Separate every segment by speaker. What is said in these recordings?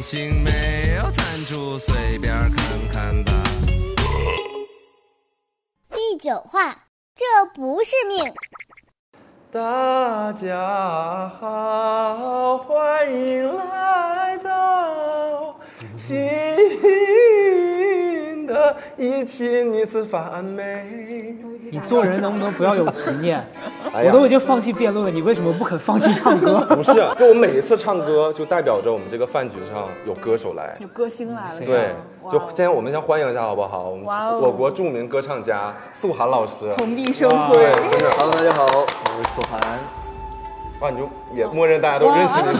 Speaker 1: 情没有赞助，随便看看吧。
Speaker 2: 第九话，这不是命。
Speaker 3: 大家好，欢迎来到新的一期，你是反美。
Speaker 4: 你做人能不能不要有执念？
Speaker 3: 哎
Speaker 4: 我都已经放弃辩论了，你为什么不肯放弃唱歌？
Speaker 3: 不是，就我每一次唱歌，就代表着我们这个饭局上有歌手来。
Speaker 5: 有歌星来了，
Speaker 3: 对，
Speaker 5: 哇哦
Speaker 3: 就先我们先欢迎一下好不好？我们
Speaker 5: 哇哦
Speaker 3: 我国著名歌唱家素涵老师。
Speaker 5: 蓬荜生
Speaker 3: 对
Speaker 5: 辉。，
Speaker 3: 真的，
Speaker 6: Hello，大家好，我是苏涵。
Speaker 3: 哇，你就也默认大家都认识你。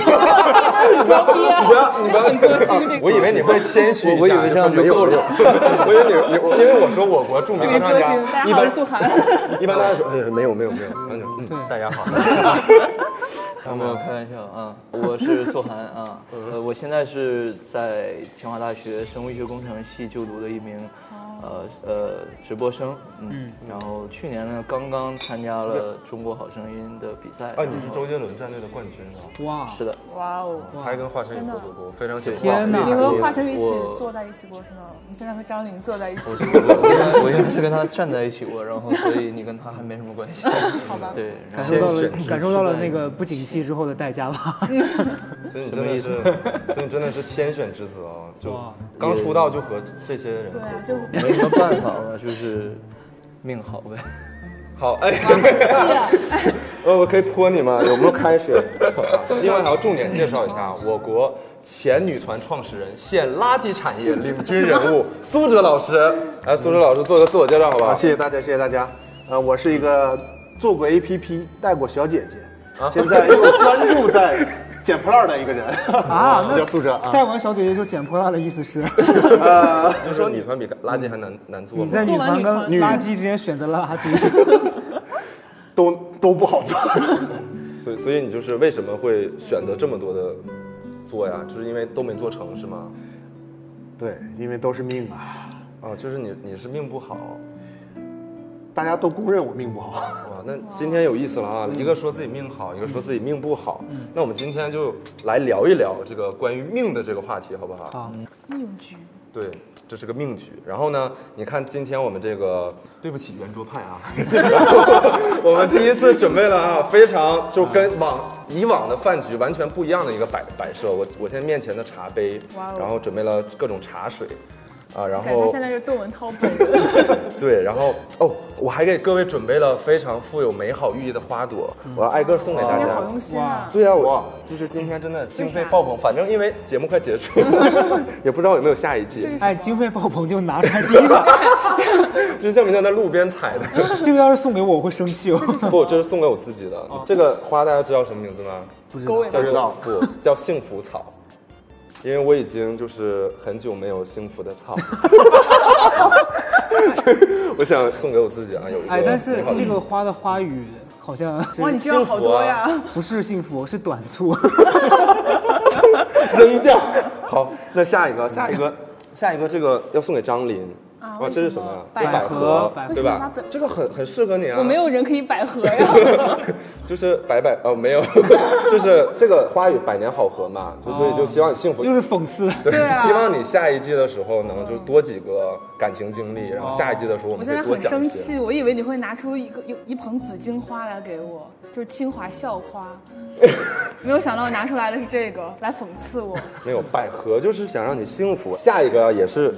Speaker 5: 装逼啊
Speaker 3: 不要，你不要
Speaker 5: 这很歌星这个
Speaker 3: 我以为你会谦虚一下，
Speaker 6: 我我以为这样
Speaker 3: 就
Speaker 6: 就够了
Speaker 3: 说没有没有 我以为你，我因为我说我国著名
Speaker 5: 这个
Speaker 3: 歌
Speaker 5: 歌
Speaker 3: 唱
Speaker 5: 星，大
Speaker 3: 家，
Speaker 5: 家
Speaker 3: 一
Speaker 5: 好，我
Speaker 3: 般
Speaker 5: 是 素涵。
Speaker 3: 一般大家说，哎呀，没有没有没有，然后就嗯，大家 好。
Speaker 6: 啊，没有开玩笑啊，我是素涵啊，
Speaker 3: 嗯
Speaker 6: 呃，我现在是在清华大学生物医学工程系就读的一名，呃
Speaker 5: 哦
Speaker 6: 呃直播生，嗯，然后去年呢刚刚参加了中国好声音的比赛，
Speaker 3: 啊，你是周杰伦战队的冠军啊，
Speaker 4: 哇，
Speaker 6: 是的，
Speaker 5: 哇哦！
Speaker 3: 还跟华晨宇合作过，非常喜欢。
Speaker 4: 天哪
Speaker 5: 你和华晨宇一起
Speaker 6: 我
Speaker 5: 坐在一起过是吗？你现在和张琳坐在一起
Speaker 6: 我，我我应该是跟他站在一起过，然后所以你跟他还没什么关系，
Speaker 5: 好吧？
Speaker 6: 对，
Speaker 4: 感
Speaker 6: 然
Speaker 3: 哎
Speaker 6: 后
Speaker 4: 受到了
Speaker 3: 天选之
Speaker 4: 感受到了那个不景气之后的代 价吧？
Speaker 3: 所以你真的是，所以你真的是天选之子啊！就
Speaker 4: 哇
Speaker 3: 刚出道就和这些人
Speaker 5: 对啊，就
Speaker 6: 没什么办法了，就是命好呗。
Speaker 3: 好哎，
Speaker 5: 是啊，
Speaker 3: 呃，我可以泼你吗？有没有开水？ 另外还要重点介绍一下我国前女团创始人、现垃圾产业领军人物苏哲老师。来，苏哲老师做个自我介绍，好不好
Speaker 7: 啊，？谢谢大家，谢谢大家。呃，我是一个做过 APP 带过小姐姐，现在又专注在捡破烂的一个人
Speaker 4: 啊，
Speaker 7: 我叫苏哲
Speaker 4: 带
Speaker 7: 啊。
Speaker 4: 完小姐姐就捡破烂的意 思是，
Speaker 7: 呃，
Speaker 3: 就说女团比垃圾还难难做
Speaker 4: 你在
Speaker 3: 吗？
Speaker 4: 女团跟
Speaker 5: 做完女
Speaker 4: 垃
Speaker 7: 团
Speaker 4: 圾之间选择了垃圾。
Speaker 7: 都都不好做。
Speaker 3: 所以所以你就是为什么会选择这么多的做呀？就是因为都没做成是吗？
Speaker 7: 对，因为都是命啊，
Speaker 3: 哦，就是你你是命不好。
Speaker 7: 大家都公认我命不好。
Speaker 3: 哇，啊那今天有意思了啊！一个说自己命好，一个说自己命不好。那我们今天就来聊一聊这个关于命的这个话题，好不好？
Speaker 4: 好，
Speaker 3: 对，这是个命局。然后呢，你看今天我们这个，对不起圆桌派啊， 我们第一次准备了啊，非常就跟往以往的饭局完全不一样的一个摆摆设。我我现在面前的茶杯
Speaker 5: 哇哦，
Speaker 3: 然后准备了各种茶水，啊，然
Speaker 5: 感觉
Speaker 3: 后
Speaker 5: 现在是窦文涛本 人。
Speaker 3: 对，然后哦，我还给各位准备了非常富有美好寓意的花朵，我要挨个送给大
Speaker 5: 今
Speaker 3: 家
Speaker 5: 天。好
Speaker 4: 哦
Speaker 5: 用心啊！
Speaker 3: 对啊，我就是今天真的经费爆棚，反正因为节目快结束 了，也不知道有没有下一季。
Speaker 4: 哎，经费爆棚就拿出来第一个，
Speaker 3: 这像不像在路边采 的？
Speaker 4: 这个要是送给我，我会生 气哦。
Speaker 3: 不，这是送给我自己的。这个花大家知道什么名字吗？
Speaker 5: 狗尾巴
Speaker 3: 叫
Speaker 7: 不知道
Speaker 3: 不叫幸福草，因为我已经就是很久没有幸福的草。我想送给我自己啊，有一个
Speaker 4: 哎，但是
Speaker 3: 美好的
Speaker 4: 这个花的花语好像是
Speaker 5: 哇，你知道好多呀！
Speaker 3: 啊
Speaker 4: 不是幸福，哦是短促。
Speaker 3: 扔掉。好，那下一个，下一个，下一个，这个要送给张琳。
Speaker 5: 啊
Speaker 3: 哇，
Speaker 5: 为
Speaker 3: 这是
Speaker 5: 什
Speaker 3: 什么
Speaker 5: 么
Speaker 3: 呀？
Speaker 5: 百
Speaker 3: 这合
Speaker 4: 合百，合
Speaker 3: 对吧
Speaker 5: 为什么把？
Speaker 3: 这个很很适合你啊。
Speaker 5: 我没有人可以百合呀，
Speaker 3: 就是百百哦，没有， 就是这个花语百年好合嘛，就所以就希望你幸 福。
Speaker 4: 又是讽刺。
Speaker 3: 对，
Speaker 5: 对啊
Speaker 3: 希望你下一季的时候能就多几个感情经历，然后下一季的时候我
Speaker 5: 我
Speaker 3: 们
Speaker 5: 现在
Speaker 3: 会多
Speaker 5: 很
Speaker 3: 讲一
Speaker 5: 生
Speaker 3: 些。
Speaker 5: 气，我以为你会拿出一个一一捧紫荆花来给我，就是清华校 花，没有想到拿出来的是这个来讽刺我。
Speaker 3: 没有百合就是想让你幸福。下一个也是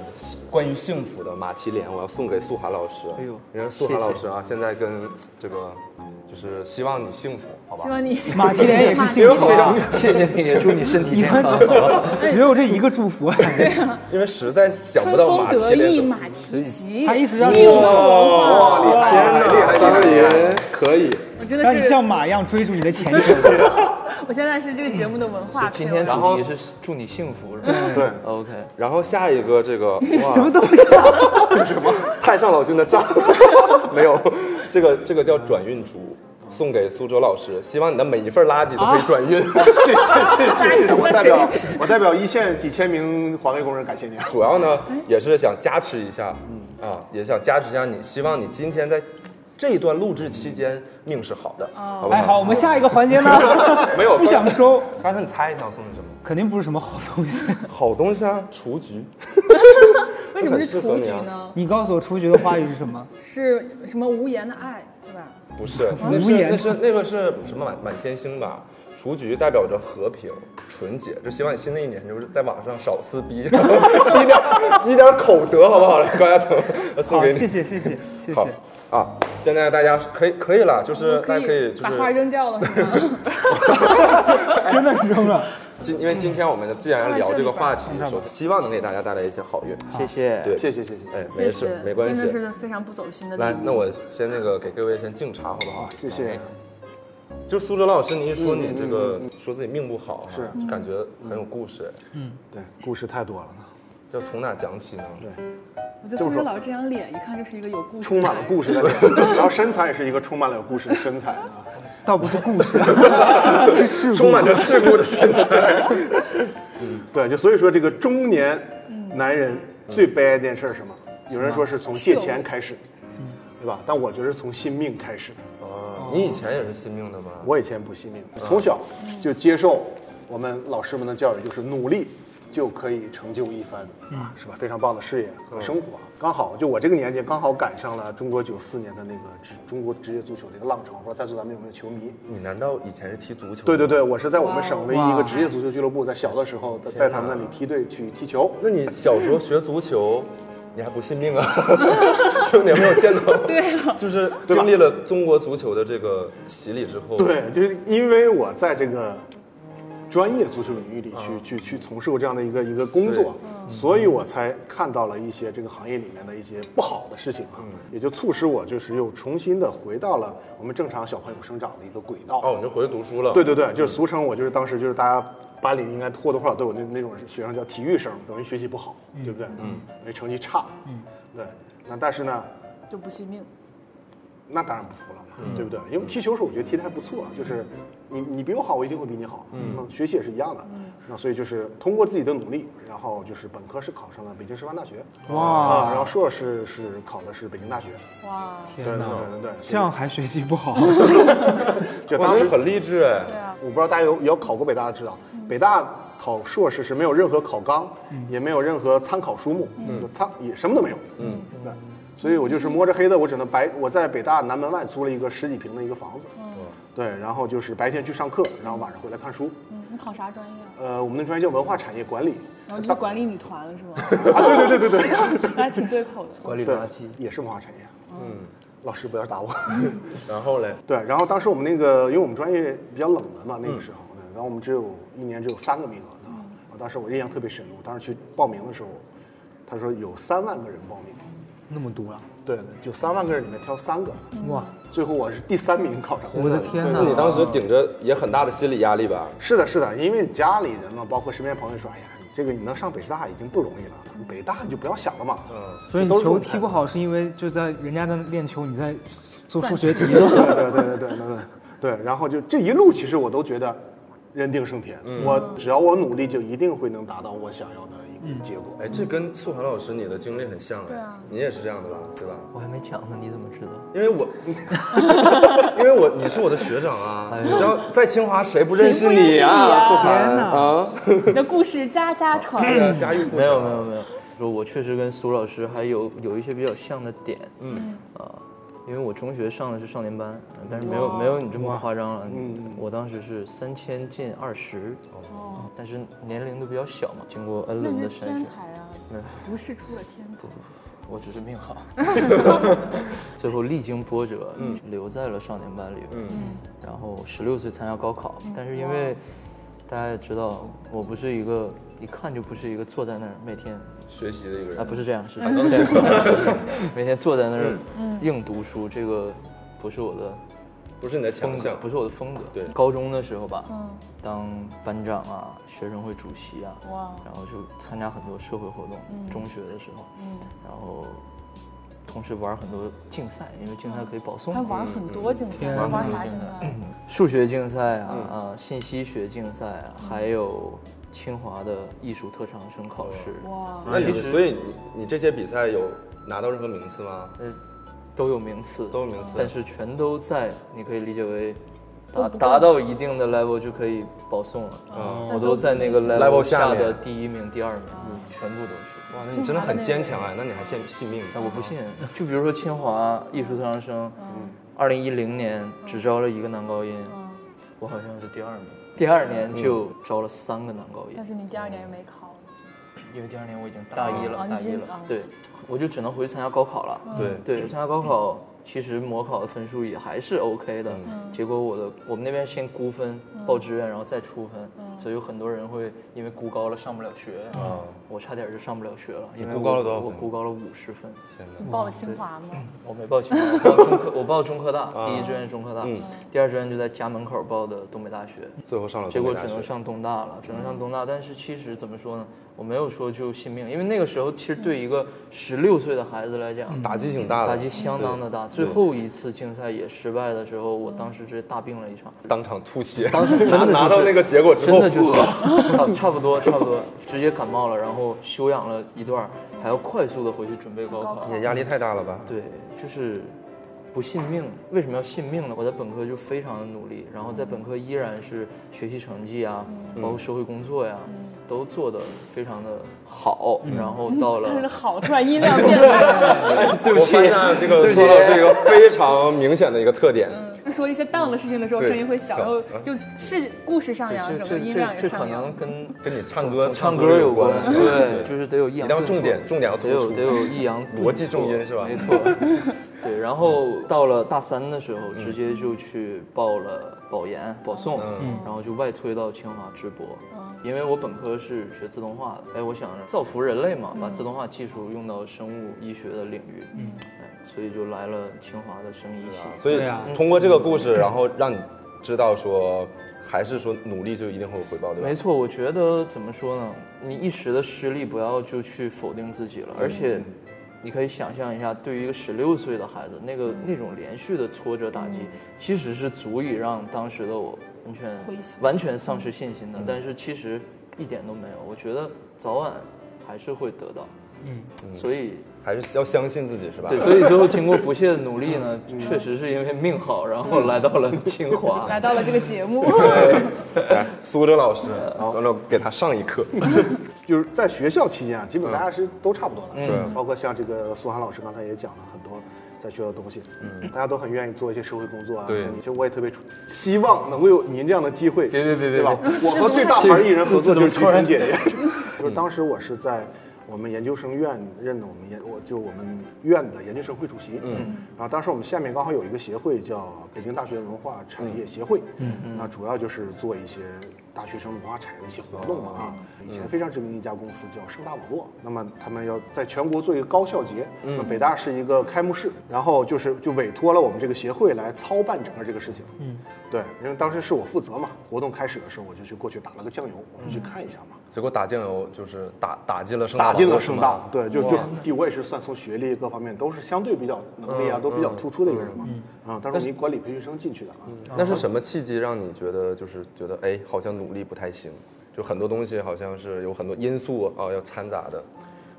Speaker 3: 关于幸福的马蹄莲，我要送给素涵老师。哎
Speaker 6: 哎
Speaker 3: 呦
Speaker 6: 呦，
Speaker 3: 人家素涵
Speaker 6: 谢谢
Speaker 3: 老师啊，现在跟这个嗯就是希望你幸福，好吧？
Speaker 5: 希望你
Speaker 4: 马蹄莲也是幸福啊，
Speaker 6: 谢谢你，也祝你身体健 康。
Speaker 4: 只有这一个祝福。哎
Speaker 3: 因为实在想不
Speaker 5: 春
Speaker 3: 到
Speaker 5: 风
Speaker 3: 马蹄
Speaker 5: 得意
Speaker 3: 莲。
Speaker 5: 马蹄疾
Speaker 4: 他，意思要
Speaker 5: 英
Speaker 4: 是
Speaker 5: 国文化，
Speaker 7: 哇，厉害厉害厉害厉害！厉害
Speaker 3: 可以，
Speaker 5: 我真
Speaker 4: 让你
Speaker 5: 的是，
Speaker 4: 像马一样追逐你的前程。
Speaker 5: 我现在是这个节目的文化
Speaker 6: 今
Speaker 5: 推
Speaker 6: 天
Speaker 5: 文。
Speaker 6: 主题是祝你幸福，是吧？
Speaker 7: 对，
Speaker 6: OK，
Speaker 3: 然后下一个这 个哇，
Speaker 4: 什么东西啊？
Speaker 3: 太上老君的账 没有，这个这个叫转运珠，送给苏哲老师，希望你的每一份垃圾都可以转运。
Speaker 5: 啊
Speaker 7: 谢谢谢谢谢，我代表我代表一线几千名环卫工人感谢 您。啊
Speaker 3: 主要呢也是想加持一下，啊，也想加持一下你，希望你今天在这一段录制期间命是好的，好不？
Speaker 5: 哦
Speaker 4: 哎哎，好，我们下一个环节呢
Speaker 3: 没有
Speaker 4: 不想收。
Speaker 3: 刚才你猜一下我送你什么？
Speaker 4: 肯定不是什么好东西。
Speaker 3: 好东西啊，雏菊。
Speaker 5: 为什么是
Speaker 3: 很适
Speaker 5: 雏
Speaker 3: 合
Speaker 5: 菊
Speaker 3: 你啊
Speaker 5: 呢？
Speaker 4: 你告诉我雏菊的花语是什么？
Speaker 5: 是什么无言的爱，对吧？
Speaker 3: 不是，那
Speaker 4: 无
Speaker 3: 是
Speaker 4: 言
Speaker 3: 那是那个是什么满满天星吧？雏菊代表着和平、纯洁，就希望你新的一年就是在网上少撕逼，然后积点积点口德，好不好？高嘉诚，送
Speaker 4: 好，
Speaker 3: 给
Speaker 4: 谢
Speaker 3: 你。
Speaker 4: 谢谢谢谢
Speaker 3: 好
Speaker 4: 谢。
Speaker 3: 啊，现在大家可以可以了，就是
Speaker 5: 可
Speaker 3: 大家可以就
Speaker 5: 把花
Speaker 3: 是
Speaker 5: 扔掉了是吗？
Speaker 4: 真的扔了，
Speaker 3: 今因为今天我们既然要聊这个话题，
Speaker 4: 吧
Speaker 3: 首希望能给大家带来一些好运。
Speaker 6: 谢谢。
Speaker 3: 对，
Speaker 7: 谢谢谢谢，
Speaker 3: 哎，
Speaker 5: 谢
Speaker 3: 没
Speaker 5: 谢
Speaker 3: 事，没关
Speaker 5: 真的
Speaker 3: 系。
Speaker 5: 是非常不走心的礼物。
Speaker 3: 来，那我先那个给各位先敬茶，好不好？
Speaker 7: 谢谢。
Speaker 3: 就苏哲老师，你一说你这个说自己命不好，
Speaker 7: 嗯是
Speaker 3: 就感觉很有故事，
Speaker 7: 对，故事太多了呢，
Speaker 3: 要从哪讲起呢？
Speaker 5: 我觉得
Speaker 7: 这么
Speaker 5: 苏
Speaker 7: 说
Speaker 5: 哲老师这张脸一看就是一个有故事的人，
Speaker 7: 充满了故事的 脸，然后身材也是一个充满了有故事的身材啊。
Speaker 4: 倒不是故事，是事
Speaker 3: 充
Speaker 4: 故。
Speaker 3: 满着世故的身材。
Speaker 7: 对，就所以说这个中年男人最悲哀的一件事是什么？有人说是从借钱开始，对吧？但我觉得是从信命开始。
Speaker 3: 哦，你以前也是信命的吗？
Speaker 7: 我以前不信命，从小就接受我们老师们的教育，就是努力就可以成就一番，啊，是吧？非常棒的事业和生活。刚好就我这个年纪，刚好赶上了中国九四年的那个职中国职业足球的一个浪潮，不知道在座咱们有没有球迷？
Speaker 3: 你难道以前是踢足球？
Speaker 7: 对对。对，我是在我们省唯一一
Speaker 4: 哇
Speaker 7: 个职业足球俱乐部，在小的时候在在他们那里梯队去踢球。
Speaker 3: 那你小时候学足球，你还不信命啊？ 就你有没有见到？对、就是
Speaker 7: 对啊吧
Speaker 3: 经历了中国足球的这个洗礼之后，，
Speaker 7: 对，就是因为我在这个专业足球领域里去、去去从事过这样的一个一个工作，所以我才看到了一些这个行业里面的一些不好的事情啊，也就促使我就是又重新的回到了我们正常小朋友生长的一个轨道。
Speaker 3: 哦，你就回去读书了。
Speaker 7: 对对对，就是俗称我就是当时就是大家班里应该或多或少都有那那种学生叫体育生，等于学习不好，对不对？嗯，那成绩差，嗯，对。那但是呢，
Speaker 5: 就不惜命。
Speaker 7: 那当然不服了嘛，
Speaker 4: 嗯
Speaker 7: 对不对？因为踢球时候我觉得踢得还不错，啊就是你你比我好，我一定会比你好。嗯，学习也是一样的。那所以就是通过自己的努力，然后就是本科是考上了北京师范大学，啊，然
Speaker 4: 哇，
Speaker 7: 后硕士是考的是北京大学。
Speaker 5: 哇，
Speaker 7: 对对
Speaker 4: 哪
Speaker 7: 对对对，
Speaker 4: 这样还学习不好，
Speaker 7: 就
Speaker 3: 哇，
Speaker 7: 当
Speaker 3: 当
Speaker 7: 时
Speaker 3: 时很励志哎。
Speaker 5: 对啊，
Speaker 7: 我不知道大家有有考过北大的知道，北大考硕士是没有任何考纲，也没有任何参考书目，就参也什么都没有。嗯，对。所以我就是摸着黑的，我只能白我在北大南门外租了一个十几平的一个房子，对，然后就是白天去上课，然后晚上回来看书。
Speaker 5: 嗯，你考啥专业啊？
Speaker 7: 呃，我们的专业叫文化产业管理，
Speaker 5: 然后就是管理女团了是吗？
Speaker 7: 啊，对对对对对，
Speaker 5: 还挺对口 的。
Speaker 6: 管理
Speaker 7: 对
Speaker 6: 垃圾。，
Speaker 7: 也是文化产业。嗯，老师不要打我。
Speaker 3: 然后嘞，
Speaker 7: 对，然后当时我们那个，因为我们专业比较冷门嘛，那个时候，对，然后我们只有一年只有三个名额的，我当时我印象特别深，我当时去报名的时候，他说有三万个人报名，
Speaker 4: 那么多啊！
Speaker 7: 对对，就三万个人里面挑三个，
Speaker 4: 哇，
Speaker 7: 最后我是第三名考上。
Speaker 4: 我的天
Speaker 3: 那你
Speaker 4: 哪！
Speaker 3: 当时顶着也很大的心理压力吧？
Speaker 7: 是的，是的，因为家里人嘛，包括身边朋友说，哎呀，你这个你能上北师大已经不容易了，北大你就不要想了嘛。
Speaker 3: 嗯，
Speaker 4: 所以你
Speaker 7: 都是这
Speaker 4: 球
Speaker 7: 种
Speaker 4: 踢
Speaker 7: 态
Speaker 4: 不
Speaker 7: 度
Speaker 4: 好是因为就在人家在练球，你在做数学题。
Speaker 7: 对对对对对对对，然后就这一路，其实我都觉得人定胜天，我只要我努力，就一定会能达到我想要的一个结果。
Speaker 3: 哎，这跟素涵老师你的经历很像哎，你也是这样的吧？对吧？
Speaker 6: 我还没讲呢，你怎么知道？
Speaker 3: 因为我， 因为我你是我的学长啊，
Speaker 6: 哎
Speaker 3: 你知道在清华谁不认识你啊？素
Speaker 4: 天
Speaker 3: 涵
Speaker 4: 哪
Speaker 3: 啊，
Speaker 5: 你的故事家家传。
Speaker 3: 家喻户晓
Speaker 6: 没有没有没有，说我确实跟苏老师还有有一些比较像的点。嗯啊，因为我中学上的是少年班，但是没有没有你这么夸张了。嗯，我当时是三千进二十。哦，但是年龄都比较小嘛，经过 N
Speaker 5: 那
Speaker 6: 轮
Speaker 5: 你
Speaker 6: 的
Speaker 5: 是
Speaker 6: 筛
Speaker 5: 天
Speaker 6: 选，
Speaker 5: 才啊，
Speaker 6: 嗯
Speaker 5: 不世出的天才。
Speaker 6: 我只是命好。最后历经波折，留在了少年班里边。然后十六岁参加高考，但是因为大家也知道，我不是一个一看就不是一个坐在那儿每天
Speaker 3: 学习的一个
Speaker 6: 啊，
Speaker 3: 人，
Speaker 6: 不是这样，是这 样每天坐在那儿硬读书，这个不是我的
Speaker 3: 不是你的
Speaker 6: 风
Speaker 3: 强
Speaker 6: 格
Speaker 3: 项，，
Speaker 6: 不是我的风格。
Speaker 3: 对
Speaker 6: 高中的时候吧，
Speaker 5: 嗯
Speaker 6: 当班长啊、学生会主席啊，
Speaker 5: 哇嗯
Speaker 6: 然后就参加很多社会活动。中学的时候，然后同时玩很多竞赛，因为竞赛可以保送
Speaker 5: 还
Speaker 6: 嘛。
Speaker 5: 玩很多竞赛，
Speaker 4: 嗯
Speaker 5: 还玩啥竞赛？
Speaker 6: 数学竞赛啊，啊，信息学竞赛啊，
Speaker 5: 嗯
Speaker 6: 还有清华的艺术特长生考试，
Speaker 5: 哇，
Speaker 3: 那你
Speaker 6: 其实
Speaker 3: 所以你你这些比赛有拿到任何名次吗？
Speaker 6: 呃，都有名次，
Speaker 3: 都有名次
Speaker 6: 但是全都在，你可以理解为达达到一定的 level 就可以保送了。啊，我都在那个
Speaker 3: level
Speaker 6: level
Speaker 3: 下
Speaker 6: 下嗯
Speaker 3: 面
Speaker 6: 的第一名、第二名，全部都是。
Speaker 3: 哇，那你真的很坚强啊！那你还信信命？
Speaker 6: 哎，我不信。就比如说清华艺术特长生，二零一零年只招了一个男高音，我好像是第二名。嗯第二年就招了三个男高音
Speaker 5: 但，是你第二年也没考，
Speaker 6: 因为第二年我已经大一
Speaker 5: 哦
Speaker 6: 了，
Speaker 5: 你
Speaker 6: 大一
Speaker 5: 进
Speaker 6: 了
Speaker 5: 哦，
Speaker 6: 对，我就只能回去参加高考了。
Speaker 3: 对
Speaker 6: 对，参加高考，其实模考的分数也还是
Speaker 3: 嗯
Speaker 6: OK 的。
Speaker 5: 嗯
Speaker 6: 结果我的我们那边先估分报志愿，然后再出
Speaker 5: 嗯
Speaker 6: 分，所以有很多人会因为估高了上不了学。我差点就上不了学了，因
Speaker 3: 啊
Speaker 6: 为
Speaker 3: 估
Speaker 6: 我
Speaker 3: 高了多少分
Speaker 6: 我估高了五十分。
Speaker 5: 你报了清华吗？
Speaker 6: 我没报清华，我报中科，我报中科
Speaker 3: 啊
Speaker 6: 大，第一志愿中科大，
Speaker 3: 嗯
Speaker 6: 第二志愿就在家门口报的东北大学，
Speaker 3: 最后上了
Speaker 6: 结
Speaker 3: 东
Speaker 6: 果
Speaker 3: 北
Speaker 6: 只
Speaker 3: 大
Speaker 6: 能
Speaker 3: 学，嗯
Speaker 6: 上东大了，只能上东大。但是其实怎么说呢，我没有说就信命，因为那个时候其实对一个十六岁的孩子来讲，
Speaker 3: 嗯打击挺大的，
Speaker 6: 打击相当的大。最
Speaker 3: 对
Speaker 6: 后一次竞赛也失败的时候，我当时是大病了一场，
Speaker 3: 当场吐血。
Speaker 6: 当时真
Speaker 3: 拿
Speaker 6: 的就是
Speaker 3: 拿到那个结果之
Speaker 6: 真
Speaker 3: 后，
Speaker 6: 的就是，啊 差不多差不多，直接感冒了，然后休养了一段儿，还要快速的回去准备高考。
Speaker 3: 也压力太大了
Speaker 5: 嗯
Speaker 3: 吧？
Speaker 6: 对，就是不信命。为什么要信命呢？我在本科就非常的努力，然后在本科依然是学习成绩啊，
Speaker 5: 嗯
Speaker 6: 包括社会工作呀、都做得非常的好。
Speaker 5: 嗯
Speaker 6: 然后到了
Speaker 5: 但是好，突然音量变大，
Speaker 3: 对不起，我发现啊这个说到这个非常明显的一个特点，
Speaker 5: 说一些荡的事情的时候
Speaker 3: 对
Speaker 5: 声音会小，然后就是故事上扬，
Speaker 6: 这
Speaker 5: 整
Speaker 6: 这
Speaker 5: 个音
Speaker 6: 这
Speaker 5: 量也
Speaker 6: 这可
Speaker 5: 上扬
Speaker 6: 能。跟
Speaker 3: 跟你唱歌
Speaker 6: 唱歌有关
Speaker 3: 关，，
Speaker 6: 对，就是得有抑
Speaker 3: 一
Speaker 6: 扬
Speaker 3: 定要
Speaker 6: 顿
Speaker 3: 重
Speaker 6: 挫
Speaker 3: 点重点要突
Speaker 6: 得有
Speaker 3: 出
Speaker 6: 得有抑扬 顿
Speaker 3: 逻辑
Speaker 6: 挫
Speaker 3: 重音是吧
Speaker 6: 没 错，对。然后到了大三的时
Speaker 3: 嗯
Speaker 6: 候，直接就去报了保研、保送，然后就外推到清华直博，因为我本科是学自动化的，哎，我想造福人类嘛，把自动化技术用到生物医学的领域，哎，所以就来了清华的生医系。
Speaker 3: 所以
Speaker 4: 对啊
Speaker 3: 通过这个故事，然后让你知道说，还是说努力就一定会有回报，对吧？
Speaker 6: 没错，我觉得怎么说呢？你一时的失利，不要就去否定自己了。而且，你可以想象一下，对于一个十六岁的孩子，那个那种连续的挫折打击，其实是足以让当时的我完全
Speaker 5: 灰心
Speaker 6: 完全丧失信心的。但是其实一点都没有，我觉得早晚还是会得到。嗯，所以
Speaker 3: 还是要相信自己，是吧？
Speaker 6: 对，所以最后经过不懈的努力呢，确实是因为命好，然后来到了清 华。
Speaker 5: 来到了这个节目，
Speaker 3: 来，苏哲老师，然后给他上一课。
Speaker 7: 就是在学校期间啊，基本大家是都差不多的，
Speaker 3: 嗯
Speaker 7: 包括像这个苏涵老师刚才也讲了很多在学校的东西，嗯，大家都很愿意做一些社会工作啊。
Speaker 3: 对
Speaker 7: 像你其实我也特别出希望能够有您这样的机会，
Speaker 6: 别别别别
Speaker 7: 对吧？我和最大牌艺人合作就是菊萍姐姐，就是当时我是在。我们研究生院任的我们研我就我们院的研究生会主席，嗯，然后当时我们下面刚好有一个协会叫北京大学文化产业协会，嗯，那主要就是做一些大学生文化产业的一些活动啊，以前非常知名的一家公司叫盛大网络，那么他们要在全国做一个高校节，那北大是一个开幕式，然后就是就委托了我们这个协会来操办整个这个事情，嗯，对，因为当时是我负责嘛，活动开始的时候我就去过去打了个酱油，我们去看一下嘛，
Speaker 3: 结果打酱油就是打打进了盛
Speaker 7: 打进了
Speaker 3: 是
Speaker 7: 盛
Speaker 3: 吗
Speaker 7: 大，对，就就就我也是算从学历各方面都是相对比较能力啊
Speaker 3: 嗯
Speaker 7: 都比较突出的一个人嘛，啊，当时我们一管理培训生进去的啊，
Speaker 3: 那是什么契机让你觉得就是觉得哎，好像努力不太行？就很多东西好像是有很多因素啊、要掺杂的，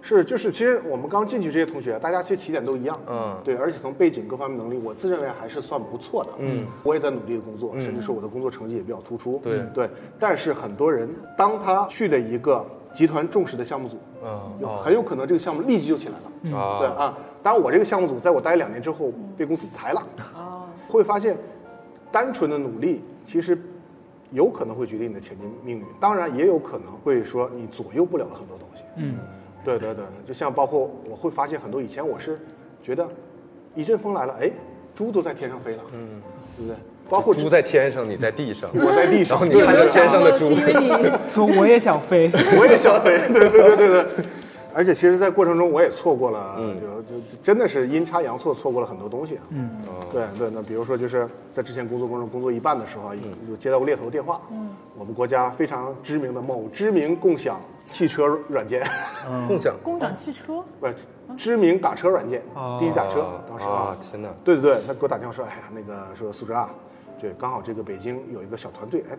Speaker 7: 是，就是其实我们刚进去这些同学，大家其实起点都一样，
Speaker 3: 嗯
Speaker 7: 对，而且从背景各方面能力，我自认为还是算不错的，嗯，我也在努力工作，甚至说我的工作成绩也比较突出，
Speaker 3: 嗯对
Speaker 7: 对，但是很多人当他去了一个集团重视的项目组，
Speaker 3: 嗯
Speaker 7: 有
Speaker 3: 哦
Speaker 7: 很有可能这个项目立即就起来了，嗯
Speaker 3: 啊
Speaker 7: 对啊，当然我这个项目组在我待两年之后被公司裁了，会发现单纯的努力其实有可能会决定你的前进命运，当然也有可能会说你左右不了的很多东西。
Speaker 4: 嗯，
Speaker 7: 对对对，就像包括我会发现很多以前我是觉得一阵风来了，哎，猪都在天上飞了，嗯，对不对？包括
Speaker 3: 猪在天上，你在地上，
Speaker 7: 我在地
Speaker 3: 然后
Speaker 7: 上，
Speaker 3: 你
Speaker 7: 对
Speaker 3: 看
Speaker 5: 没
Speaker 3: 着
Speaker 5: 有
Speaker 3: 天
Speaker 5: 想
Speaker 3: 上的
Speaker 5: 过
Speaker 3: 猪
Speaker 5: 是，因为你
Speaker 4: 说我也想 飞，
Speaker 7: 我也想飞， 对对对对对。而且其实，在过程中我也错过了，就就就真的是阴差阳错错过了很多东西。嗯，对对，那比如说就是在之前工作过程中工作一半的时候啊，有有接到过猎头电话。嗯，我们国家非常知名的某知名共享汽车软件，
Speaker 3: 共享
Speaker 5: 共享汽车，
Speaker 7: 不，知名打车软件，滴滴打车，当时
Speaker 3: 啊，天哪！
Speaker 7: 对对对，他给我打电话说，哎呀，那个说苏哲啊，对，刚好这个北京有一个小团队，哎，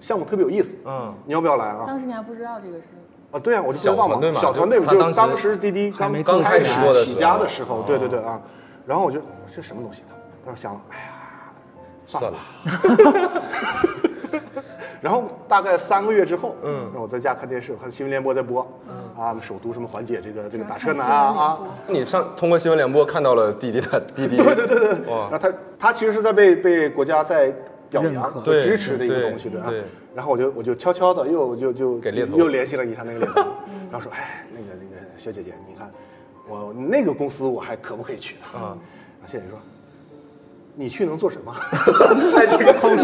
Speaker 7: 项目特别有意思，嗯，你要不要来啊？
Speaker 5: 当时你还不知道这个事，
Speaker 7: 啊，对啊，我就不知
Speaker 3: 小
Speaker 7: 道
Speaker 3: 团队嘛
Speaker 7: 小团队
Speaker 3: 就
Speaker 7: 嘛，
Speaker 3: 他
Speaker 7: 就是
Speaker 3: 当时
Speaker 7: 当时滴滴
Speaker 4: 还
Speaker 7: 刚
Speaker 4: 没
Speaker 7: 刚
Speaker 4: 做
Speaker 7: 开
Speaker 4: 起
Speaker 7: 始
Speaker 4: 来
Speaker 3: 做的时候哦
Speaker 7: 啊起家的时候，对对对啊，然后我就这什么东西？他说想了，哎呀，
Speaker 3: 算了，
Speaker 7: 然后大概三个月之后，嗯，让我在家看电视，我看新闻联播在播，
Speaker 3: 嗯
Speaker 7: 啊，首都什么缓解这个这个打车难啊啊，
Speaker 3: 你上通过新闻联播看到了弟弟的弟弟，对对对对，哇
Speaker 7: 然，后他他其实是在被被国家在表
Speaker 4: 认
Speaker 7: 扬
Speaker 4: 可
Speaker 7: 和
Speaker 3: 对
Speaker 7: 支持的一个
Speaker 3: 对
Speaker 7: 东西对吧
Speaker 3: 对
Speaker 7: 然后我就我就悄悄的又就就
Speaker 3: 给猎头
Speaker 7: 又联系了一下那个猎头，然后说哎那个那个小姐姐，你看我那个公司我还可不可以去的啊？然后小姐姐说。你去能做什么？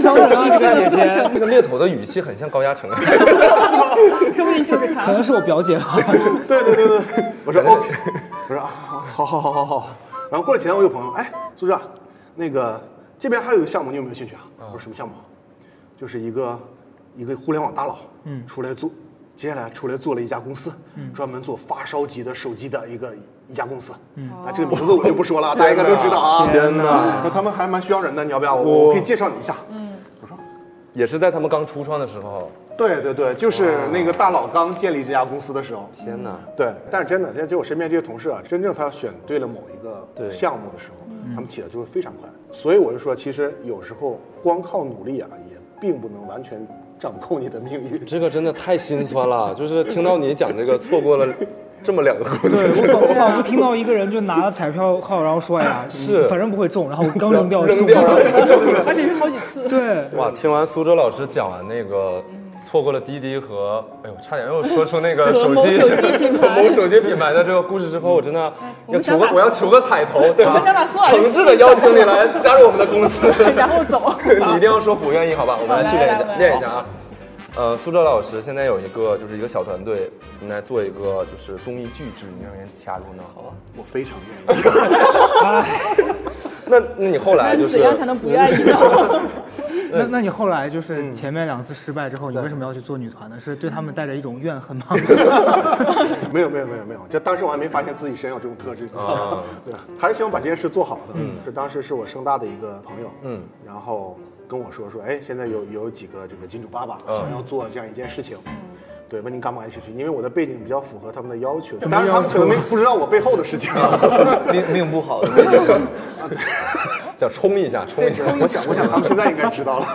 Speaker 4: 商量一下姐姐，
Speaker 3: 这个猎头的语气很像高嘉诚，啊
Speaker 5: 说不定就是
Speaker 4: 可
Speaker 5: 他
Speaker 4: 能。是我表姐吧。
Speaker 7: 对对对对，我说 OK，我说啊，好好好好好。然后过了几天，我有朋友，哎，苏志啊，那个这边还有一个项目，你有没有兴趣啊？我说什么项目？就是一个一个互联网大佬，嗯，出来做，接下来出来做了一家公司，专门做发烧级的手机的一个一家公司，嗯，啊，这个名字我就不说了，大家应该都知道啊。
Speaker 3: 天哪，
Speaker 7: 说他们还蛮需要人的，你要不要？我我可以介绍你一下。
Speaker 3: 也是在他们刚出创的时候，
Speaker 7: 对对对，就是那个大佬刚建立这家公司的时候，
Speaker 3: 天哪，
Speaker 7: 对，但是真的，现在就我身边这些同事啊，真正他选对了某一
Speaker 3: 对
Speaker 7: 个项目的时候，他们起来就会非常快。所以我就说，其实有时候光靠努力啊，也并不能完全掌控你的命运。
Speaker 3: 这个真的太心酸了，就是听到你讲这个，错过了这么两个公 司之
Speaker 4: 我
Speaker 3: 后
Speaker 4: 仿我仿佛听到一个人就拿了彩票号，然后说：“哎 呀，
Speaker 3: 是
Speaker 4: 反正不会中。”然后我刚扔掉，
Speaker 3: 扔
Speaker 4: 中
Speaker 3: 掉了。
Speaker 4: 了。
Speaker 5: 而且是好几次。
Speaker 4: 对，
Speaker 3: 哇，听完苏州老师讲完那个，错过了滴滴和，哎呦，差点又说出那 个手
Speaker 5: 某
Speaker 3: 机
Speaker 5: 手机品牌哎
Speaker 3: 和某手机品牌的这个故事之后，我真的要
Speaker 5: 我们
Speaker 3: 求
Speaker 5: 想
Speaker 3: 个
Speaker 5: 把
Speaker 3: 我要求个彩头，对
Speaker 5: 我
Speaker 3: 吧
Speaker 5: 们想把？苏老师
Speaker 3: 诚挚的邀请你来加入我们的公司，
Speaker 5: 然后走。
Speaker 3: 你一定要说不愿意，好吧？我们来
Speaker 5: 好
Speaker 3: 训练一
Speaker 5: 来来
Speaker 3: 下，
Speaker 5: 来
Speaker 3: 练一下啊。呃，苏州老师现在有一个就是一个小团队，我们来做一个就是综艺巨制，你让人加入呢，好吧？
Speaker 7: 我非常愿意。
Speaker 3: 那那你后来
Speaker 5: 那
Speaker 3: 就
Speaker 5: 你
Speaker 3: 是
Speaker 5: 怎样才能不愿意呢？
Speaker 4: 那那你后来
Speaker 7: 嗯
Speaker 4: 就是前面两次失败之后，你为什么要去做女团呢？是对他们带着一种怨恨吗？
Speaker 7: 没有没有没有没有，就当时我还没发现自己身上有这种特质，你知道
Speaker 3: 啊
Speaker 7: 吗？ 对吧？还是希望把这件事做好的。嗯，是当时是我盛大的一个朋友，
Speaker 3: 嗯，
Speaker 7: 然后跟我说说，哎，现在有有几个这个金主爸爸
Speaker 3: 嗯
Speaker 7: 想要做这样一件事情。对，问你感不感兴趣？因为我的背景比较符合他们的要求，当然他们可能没不知道我背后的事 情。
Speaker 6: 命命不好的。
Speaker 3: 想冲一下，冲一下，
Speaker 7: 我想，我想他们现在应该知道了。